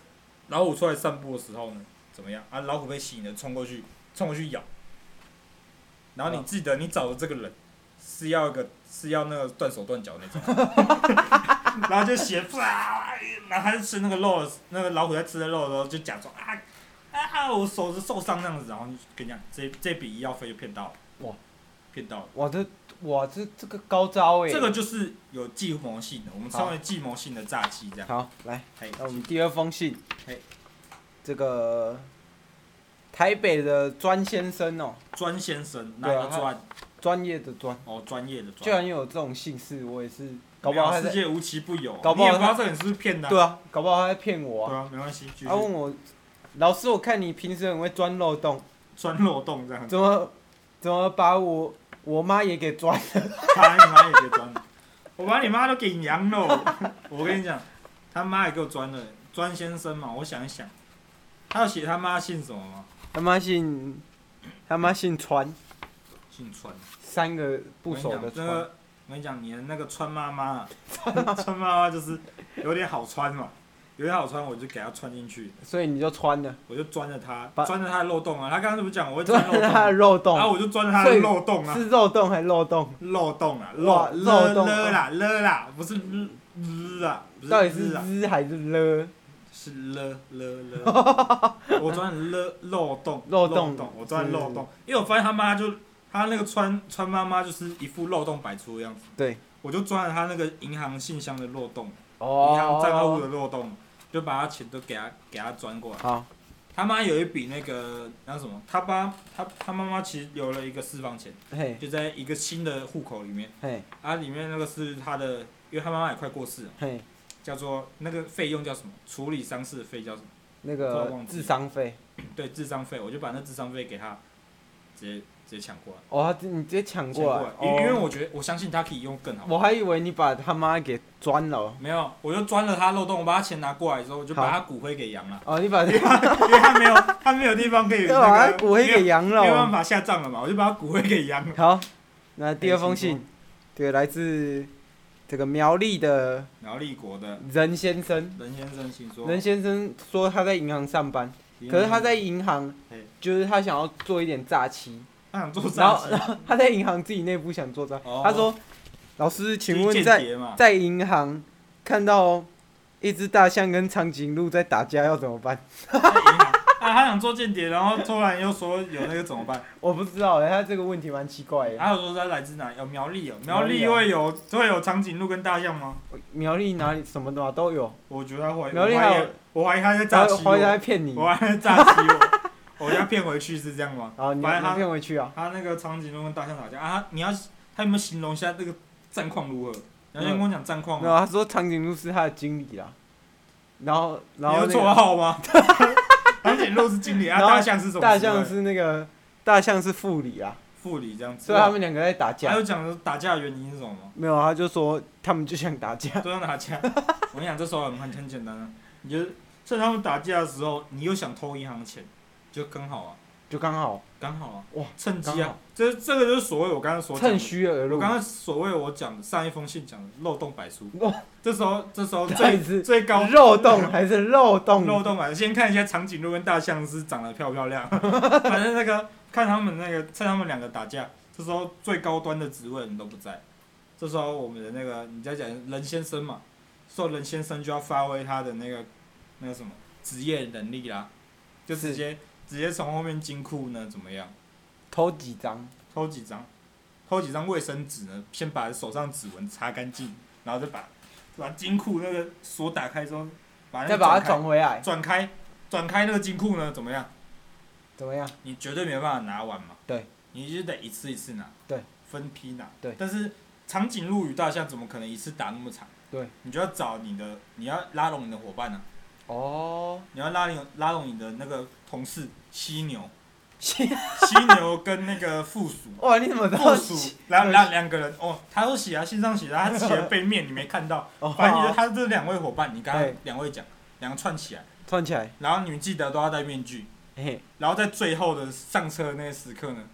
Speaker 1: 老虎出来散步的时候呢，怎么样啊？老虎被吸引了，冲过去，冲过去咬。然
Speaker 3: 嗯
Speaker 1: 后你记得，你找的这个人是要一个是要那个断手断脚那种， [LAUGHS] 然后就血啪，然后他就吃那个肉，那个老虎在吃的肉的时候就假装啊啊，我手是受伤那样子，然后就跟你讲，这这笔医药费就骗到了，
Speaker 3: 哇，
Speaker 1: 骗到了。
Speaker 3: 哇，这哇这这个高招哎、
Speaker 1: 这个就是有计谋性的，我们称为计谋性的诈欺，这样。
Speaker 3: 好，来，
Speaker 1: 嘿
Speaker 3: 那我们第二封信
Speaker 1: 嘿，
Speaker 3: 这个台北的专先生哦，
Speaker 1: 专先生，哪
Speaker 3: 对啊
Speaker 1: 个专？
Speaker 3: 专业的专，
Speaker 1: 哦，专业的专。
Speaker 3: 居然有这种姓氏，我也是，搞
Speaker 1: 没
Speaker 3: 不
Speaker 1: 有
Speaker 3: 好他
Speaker 1: 世
Speaker 3: 在，
Speaker 1: 界无奇不有，
Speaker 3: 搞不好
Speaker 1: 你也不知
Speaker 3: 他
Speaker 1: 道这个人是不是骗的啊、
Speaker 3: 对啊，搞不好他在骗我啊。
Speaker 1: 对啊，没关系，继续
Speaker 3: 他问我，老师，我看你平时很会钻漏洞，
Speaker 1: 钻漏洞这样，
Speaker 3: 怎么怎么把我我妈也给钻？
Speaker 1: 他你妈也别钻了，我把你妈都给娘
Speaker 3: [LAUGHS]
Speaker 1: 了。我跟你讲，他妈也给我钻了，专先生嘛，我想一想，他要写他妈姓什么吗？
Speaker 3: 他妈姓他妈姓川，
Speaker 1: 姓川，我
Speaker 3: 三个部
Speaker 1: 跟你
Speaker 3: 首
Speaker 1: 讲
Speaker 3: 的
Speaker 1: 这
Speaker 3: 川，
Speaker 1: 个，我跟你讲，你的那个川妈妈
Speaker 3: [LAUGHS]
Speaker 1: 啊，川妈妈就是有点好穿嘛，有点好穿，我就给她穿进去，
Speaker 3: 所以你就穿了，
Speaker 1: 我就钻着她，
Speaker 3: 把
Speaker 1: 钻着她的漏洞啊。她刚刚是不是讲我会 [LAUGHS] 钻
Speaker 3: 钻
Speaker 1: 漏
Speaker 3: 了
Speaker 1: 洞
Speaker 3: [LAUGHS] 他
Speaker 1: 啊？
Speaker 3: 的漏
Speaker 1: 然后
Speaker 3: 洞，
Speaker 1: 我就钻着她的
Speaker 3: 所以
Speaker 1: 漏洞啊。
Speaker 3: 是漏洞还漏洞？
Speaker 1: 漏洞啊，
Speaker 3: 哇
Speaker 1: 漏
Speaker 3: 漏洞哦
Speaker 1: 了啦了啦，不是了了啊，不是
Speaker 3: 到底是
Speaker 1: 了啊，
Speaker 3: z 还是了？
Speaker 1: 是了了了。
Speaker 3: [LAUGHS]
Speaker 1: 我钻了漏洞，
Speaker 3: 漏洞
Speaker 1: 洞，我钻漏洞，因为我发现他妈就他那个穿穿妈妈就是一副漏洞百出的样子，
Speaker 3: 对，
Speaker 1: 我就钻了他那个银行信箱的漏洞，银行账户
Speaker 3: 哦
Speaker 1: 的，漏洞，就把他钱都给他给他钻过来。
Speaker 3: 好，
Speaker 1: 他妈有一笔那个那什么，他爸他他妈妈其实留了一个私房钱，
Speaker 3: 嘿，
Speaker 1: 就在一个新的户口里面。
Speaker 3: 嘿，
Speaker 1: 啊，里面那个是他的，因为他妈妈也快过世了，
Speaker 3: 嘿，
Speaker 1: 叫做那个费用叫什么？处理丧事的费叫什么？
Speaker 3: 那
Speaker 1: 突然
Speaker 3: 个
Speaker 1: 忘记
Speaker 3: 智商费，
Speaker 1: 对，智商费，我就把那智商费给他，直接直接抢过来，
Speaker 3: 哦，他你直接抢
Speaker 1: 抢
Speaker 3: 过来
Speaker 1: 来，，因为因为
Speaker 3: 哦
Speaker 1: 我觉得我相信他可以用更好。
Speaker 3: 我还以为你把他妈给钻了，
Speaker 1: 没有，我就钻了他漏洞，我把他钱拿过来之后，我就把
Speaker 3: 好
Speaker 1: 他骨灰给扬了，
Speaker 3: 哦， [LAUGHS] 你把哦
Speaker 1: 因为他没有他没有地方可
Speaker 3: [LAUGHS]
Speaker 1: 以
Speaker 3: 要把
Speaker 1: 那
Speaker 3: 他
Speaker 1: 个
Speaker 3: 骨灰给
Speaker 1: 没
Speaker 3: 扬
Speaker 1: 有没有办
Speaker 3: 了。
Speaker 1: 法下葬了嘛，我就把他骨灰给扬了。
Speaker 3: 好，那第二封
Speaker 1: 哎请
Speaker 3: 信
Speaker 1: 说，
Speaker 3: 对，来自这个苗栗的
Speaker 1: 苗栗国的
Speaker 3: 任先生。
Speaker 1: 任先生，请说。
Speaker 3: 任先生说他在银行上班，可是他在银行
Speaker 1: 嘿，
Speaker 3: 就是他想要做一点诈欺， [LAUGHS]
Speaker 1: 他想做
Speaker 3: 然
Speaker 1: 啥
Speaker 3: 后？他在银行自己内部想做诈
Speaker 1: 哦，
Speaker 3: 他说：“老师，请
Speaker 1: 就是
Speaker 3: 问
Speaker 1: 间
Speaker 3: 在
Speaker 1: 谍嘛？
Speaker 3: 在银行看到一只大象跟长颈鹿在打架要怎么办？
Speaker 1: 在银行啊，他想做间谍，然后突然又说有那个怎么办？
Speaker 3: 我不知道哎、他这个问题蛮奇怪的。
Speaker 1: 还有说他来自哪？有苗栗有哦
Speaker 3: 苗
Speaker 1: 苗
Speaker 3: 栗
Speaker 1: 栗
Speaker 3: 啊
Speaker 1: 会有会有长颈鹿跟大象吗？
Speaker 3: 苗栗哪里什么的嘛都有，
Speaker 1: 我觉得他怀疑，
Speaker 3: 苗
Speaker 1: 我
Speaker 3: 栗还
Speaker 1: 怀
Speaker 3: 有
Speaker 1: 疑我怀疑他在
Speaker 3: 然
Speaker 1: 诈
Speaker 3: 后
Speaker 1: 欺
Speaker 3: 怀疑他在
Speaker 1: 我，
Speaker 3: 骗你，
Speaker 1: 我怀疑他诈欺我， [LAUGHS] 我要骗回去是这样吗？
Speaker 3: 然后你
Speaker 1: 反正
Speaker 3: 你
Speaker 1: 他
Speaker 3: 骗回去啊。
Speaker 1: 他那个长颈鹿跟大象打架啊，你要他有没有形容一下这个战况如何？你要先跟我讲战况
Speaker 3: 没
Speaker 1: 吗？
Speaker 3: 有，他啊说长颈鹿是他的经理啦，然后
Speaker 1: 你
Speaker 3: 然后
Speaker 1: 有
Speaker 3: 那
Speaker 1: 绰
Speaker 3: 个
Speaker 1: 号
Speaker 3: [LAUGHS]
Speaker 1: 吗？长颈鹿是经理啊，
Speaker 3: 然后
Speaker 1: 大象是什么职位？
Speaker 3: 大象是那个大象是副理啊，
Speaker 1: 副理这样子。
Speaker 3: 所以他们两个在打
Speaker 1: 还
Speaker 3: 架
Speaker 1: 有。讲的打架的原因是什么吗？
Speaker 3: 没有，啊他就说他们就想打架，
Speaker 1: 都要打架。我跟你讲，这时候很很很简单啊，你就趁他们打架的时候，你又想偷银行钱， [LAUGHS] 就刚好啊，
Speaker 3: 就刚好
Speaker 1: 刚好啊，
Speaker 3: 哇，
Speaker 1: 趁机
Speaker 3: 刚
Speaker 1: 啊
Speaker 3: 好，
Speaker 1: 这这个就是所谓我刚刚所讲
Speaker 3: 趁
Speaker 1: 的，
Speaker 3: 虚而入
Speaker 1: 我。刚刚所谓我讲的上一封信讲的漏洞百出
Speaker 3: 哇，
Speaker 1: 这时候这时候
Speaker 3: 到
Speaker 1: 最
Speaker 3: 底是
Speaker 1: 最高
Speaker 3: 肉洞 [LAUGHS] 还是漏洞？
Speaker 1: 漏洞百出，先看一下长颈鹿跟大象是长得漂不漂
Speaker 3: [LAUGHS]
Speaker 1: 亮，反正那个看他们那个趁他们两个打架，这时候最高端的职位你都不在，这时候我们的那个你在讲任先生嘛，说任先生就要发挥他的那个那个什么职业能力啦，就直接直接从后面金库呢怎么样，
Speaker 3: 偷几张？
Speaker 1: 偷几张，偷几张卫生纸呢，先把手上指纹擦干净，然后再把把金库那个锁打开之后，把那个
Speaker 3: 再把它
Speaker 1: 开
Speaker 3: 转回来，
Speaker 1: 转哎开，转开那个金库呢，怎么样？
Speaker 3: 怎么样？
Speaker 1: 你绝对没办法拿完嘛。
Speaker 3: 对，
Speaker 1: 你就得一次一次拿。
Speaker 3: 对，
Speaker 1: 分批拿。
Speaker 3: 对
Speaker 1: 但是长颈鹿与大象怎么可能一次打那么长？
Speaker 3: 对，
Speaker 1: 你就要找你的，你要拉拢你的伙伴啊，
Speaker 3: 哦，
Speaker 1: 你要拉拢拉拢你的那个同事犀牛，
Speaker 3: 西。
Speaker 1: 犀牛跟那个附属
Speaker 3: [LAUGHS] [LAUGHS] 哇，你怎么知道
Speaker 1: 附属，然后然后两个人哦，他都写啊，信上写的，他写的背面你没看到，
Speaker 3: [LAUGHS] [LAUGHS] 哦，
Speaker 1: 反正你
Speaker 3: 好
Speaker 1: 就他这两位伙伴，你跟他
Speaker 3: 对
Speaker 1: 两位讲，两个串起来，
Speaker 3: 串起来，
Speaker 1: 然后你们记得都要戴面具，
Speaker 3: 嘿，
Speaker 1: 然后在最后的上车的那个时刻呢，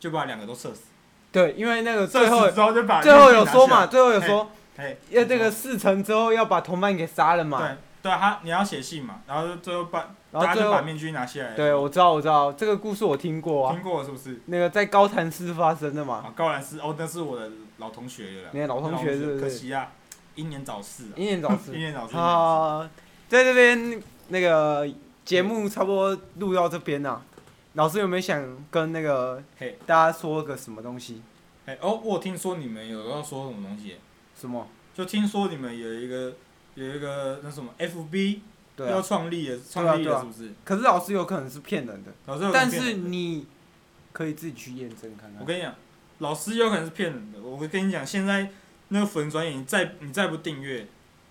Speaker 1: 就把两个都射死。
Speaker 3: 对，因为那个最
Speaker 1: 射
Speaker 3: 后
Speaker 1: 死之后就把
Speaker 3: 最后有
Speaker 1: 面具拿
Speaker 3: 说
Speaker 1: 下
Speaker 3: 嘛，
Speaker 1: 来，
Speaker 3: 最后有说
Speaker 1: 嘿，
Speaker 3: 要这个事成之后要把同伴给杀了嘛，
Speaker 1: 对对啊，他你要写信嘛，然后就最后把
Speaker 3: 然后
Speaker 1: 大家
Speaker 3: 最
Speaker 1: 就把
Speaker 3: 后，
Speaker 1: 面具拿下来。
Speaker 3: 对，我知道，我知道这个故事我听过啊
Speaker 1: 听，过了是不是？
Speaker 3: 那个在高谭市发生的嘛，
Speaker 1: 啊，高兰斯哦，那是我的老同学了啦
Speaker 3: 你。的老同学是不
Speaker 1: 可
Speaker 3: 是？
Speaker 1: 惜啊，英年早逝啊，
Speaker 3: 英年早逝
Speaker 1: [LAUGHS] 英。年早逝。
Speaker 3: 啊，在这边那个节目差不多录到这边啊，老师有没有想跟那个
Speaker 1: 嘿，
Speaker 3: 大家说个什么东西？
Speaker 1: 哎哦，我有听说你们有要说什么东西，
Speaker 3: 什么？
Speaker 1: 就听说你们有一个有一个那什么 FB
Speaker 3: 对
Speaker 1: 要
Speaker 3: 啊，
Speaker 1: 创立了，
Speaker 3: 对
Speaker 1: 创
Speaker 3: 啊
Speaker 1: 立
Speaker 3: 对
Speaker 1: 了
Speaker 3: 啊
Speaker 1: 是不是？
Speaker 3: 可是老师有可能是骗人的，
Speaker 1: 老师有跟
Speaker 3: 但是
Speaker 1: 骗人的
Speaker 3: 你可以自己去验证看
Speaker 1: 我
Speaker 3: 看。
Speaker 1: 跟你讲，老师有可能是骗人的。我跟你讲，现在那个粉专页，你再你再不订阅，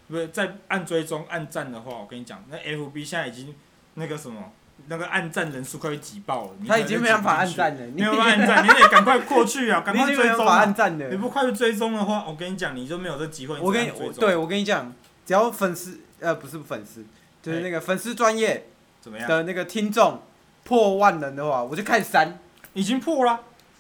Speaker 1: 不是再按追踪按赞的话，我跟你讲，那 FB 现在已经那个什么，那个按赞人数快被挤爆了。你
Speaker 3: 他
Speaker 1: 可
Speaker 3: 已
Speaker 1: 能
Speaker 3: 经
Speaker 1: 就
Speaker 3: 没办法
Speaker 1: 挤不
Speaker 3: 按
Speaker 1: 进去，
Speaker 3: 赞了，你
Speaker 1: 没有办法按赞，你得赶快过去啊，赶
Speaker 3: 你已
Speaker 1: 快
Speaker 3: 经
Speaker 1: 追
Speaker 3: 没
Speaker 1: 踪
Speaker 3: 办法
Speaker 1: 啊、
Speaker 3: 按赞
Speaker 1: 你
Speaker 3: 了。
Speaker 1: 不快去追踪的话，我跟你讲，你就没有这机会。
Speaker 3: 我跟
Speaker 1: 你
Speaker 3: 你
Speaker 1: 只能
Speaker 3: 我
Speaker 1: 追踪
Speaker 3: 对我跟你讲，只要粉丝呃不是粉丝，
Speaker 1: 哎
Speaker 3: 就是那个粉丝专业
Speaker 1: 怎么样？
Speaker 3: 的那个听众破万人的话，我就开始删。
Speaker 1: 已经破了啊、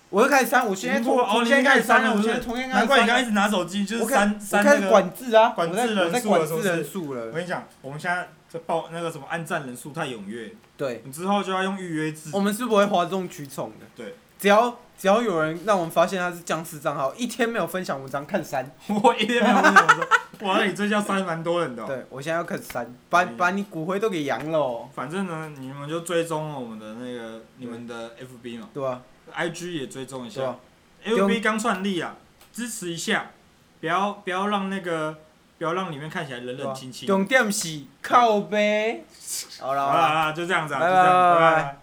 Speaker 3: 我就开始删，我现在从
Speaker 1: 哦，
Speaker 3: 从
Speaker 1: 你
Speaker 3: 现在
Speaker 1: 应
Speaker 3: 开
Speaker 1: 该
Speaker 3: 始删
Speaker 1: 了，
Speaker 3: 了，我觉
Speaker 1: 是
Speaker 3: 得从现在
Speaker 1: 难
Speaker 3: 开始
Speaker 1: 怪你刚
Speaker 3: 删
Speaker 1: 刚
Speaker 3: 了，
Speaker 1: 一直拿手机，就是
Speaker 3: 我开
Speaker 1: 删
Speaker 3: 我
Speaker 1: 删
Speaker 3: 开
Speaker 1: 那
Speaker 3: 始
Speaker 1: 个。
Speaker 3: 管制啊，
Speaker 1: 管制
Speaker 3: 我在我在
Speaker 1: 人数
Speaker 3: 管
Speaker 1: 了是
Speaker 3: 制
Speaker 1: 不是
Speaker 3: 人数
Speaker 1: 我
Speaker 3: 了，
Speaker 1: 跟你讲，我们现在这报那个什么按赞人数太踊跃，
Speaker 3: 对，
Speaker 1: 你之后就要用预约制
Speaker 3: 我。们是不会哗众取宠的，
Speaker 1: 对，
Speaker 3: 只要只要有人让我们发现他是僵尸账号，一天没有分享文章看删，
Speaker 1: [LAUGHS] 我一天没有问我说，哇，那你最近要删蛮多人的、哦。
Speaker 3: 对我现在要看删，把
Speaker 1: 嗯
Speaker 3: 把你骨灰都给扬了哦，
Speaker 1: 反正呢，你们就追踪了我们的那个你们的 FB 嘛
Speaker 3: 对吧？
Speaker 1: ，IG 也追踪一
Speaker 3: 对啊
Speaker 1: 下
Speaker 3: 吧？
Speaker 1: ，FB 刚创立啊，支持一下，不要不要让那个不要让里面看起来冷
Speaker 3: 对吧啊
Speaker 1: 冷清清。
Speaker 3: 重点是靠背，好
Speaker 1: 好
Speaker 3: 了
Speaker 1: 啦
Speaker 3: 好
Speaker 1: 好
Speaker 3: 了。
Speaker 1: 啦，就这样子啊，
Speaker 3: 拜
Speaker 1: 就这样，
Speaker 3: 拜
Speaker 1: 拜
Speaker 3: 拜
Speaker 1: 拜。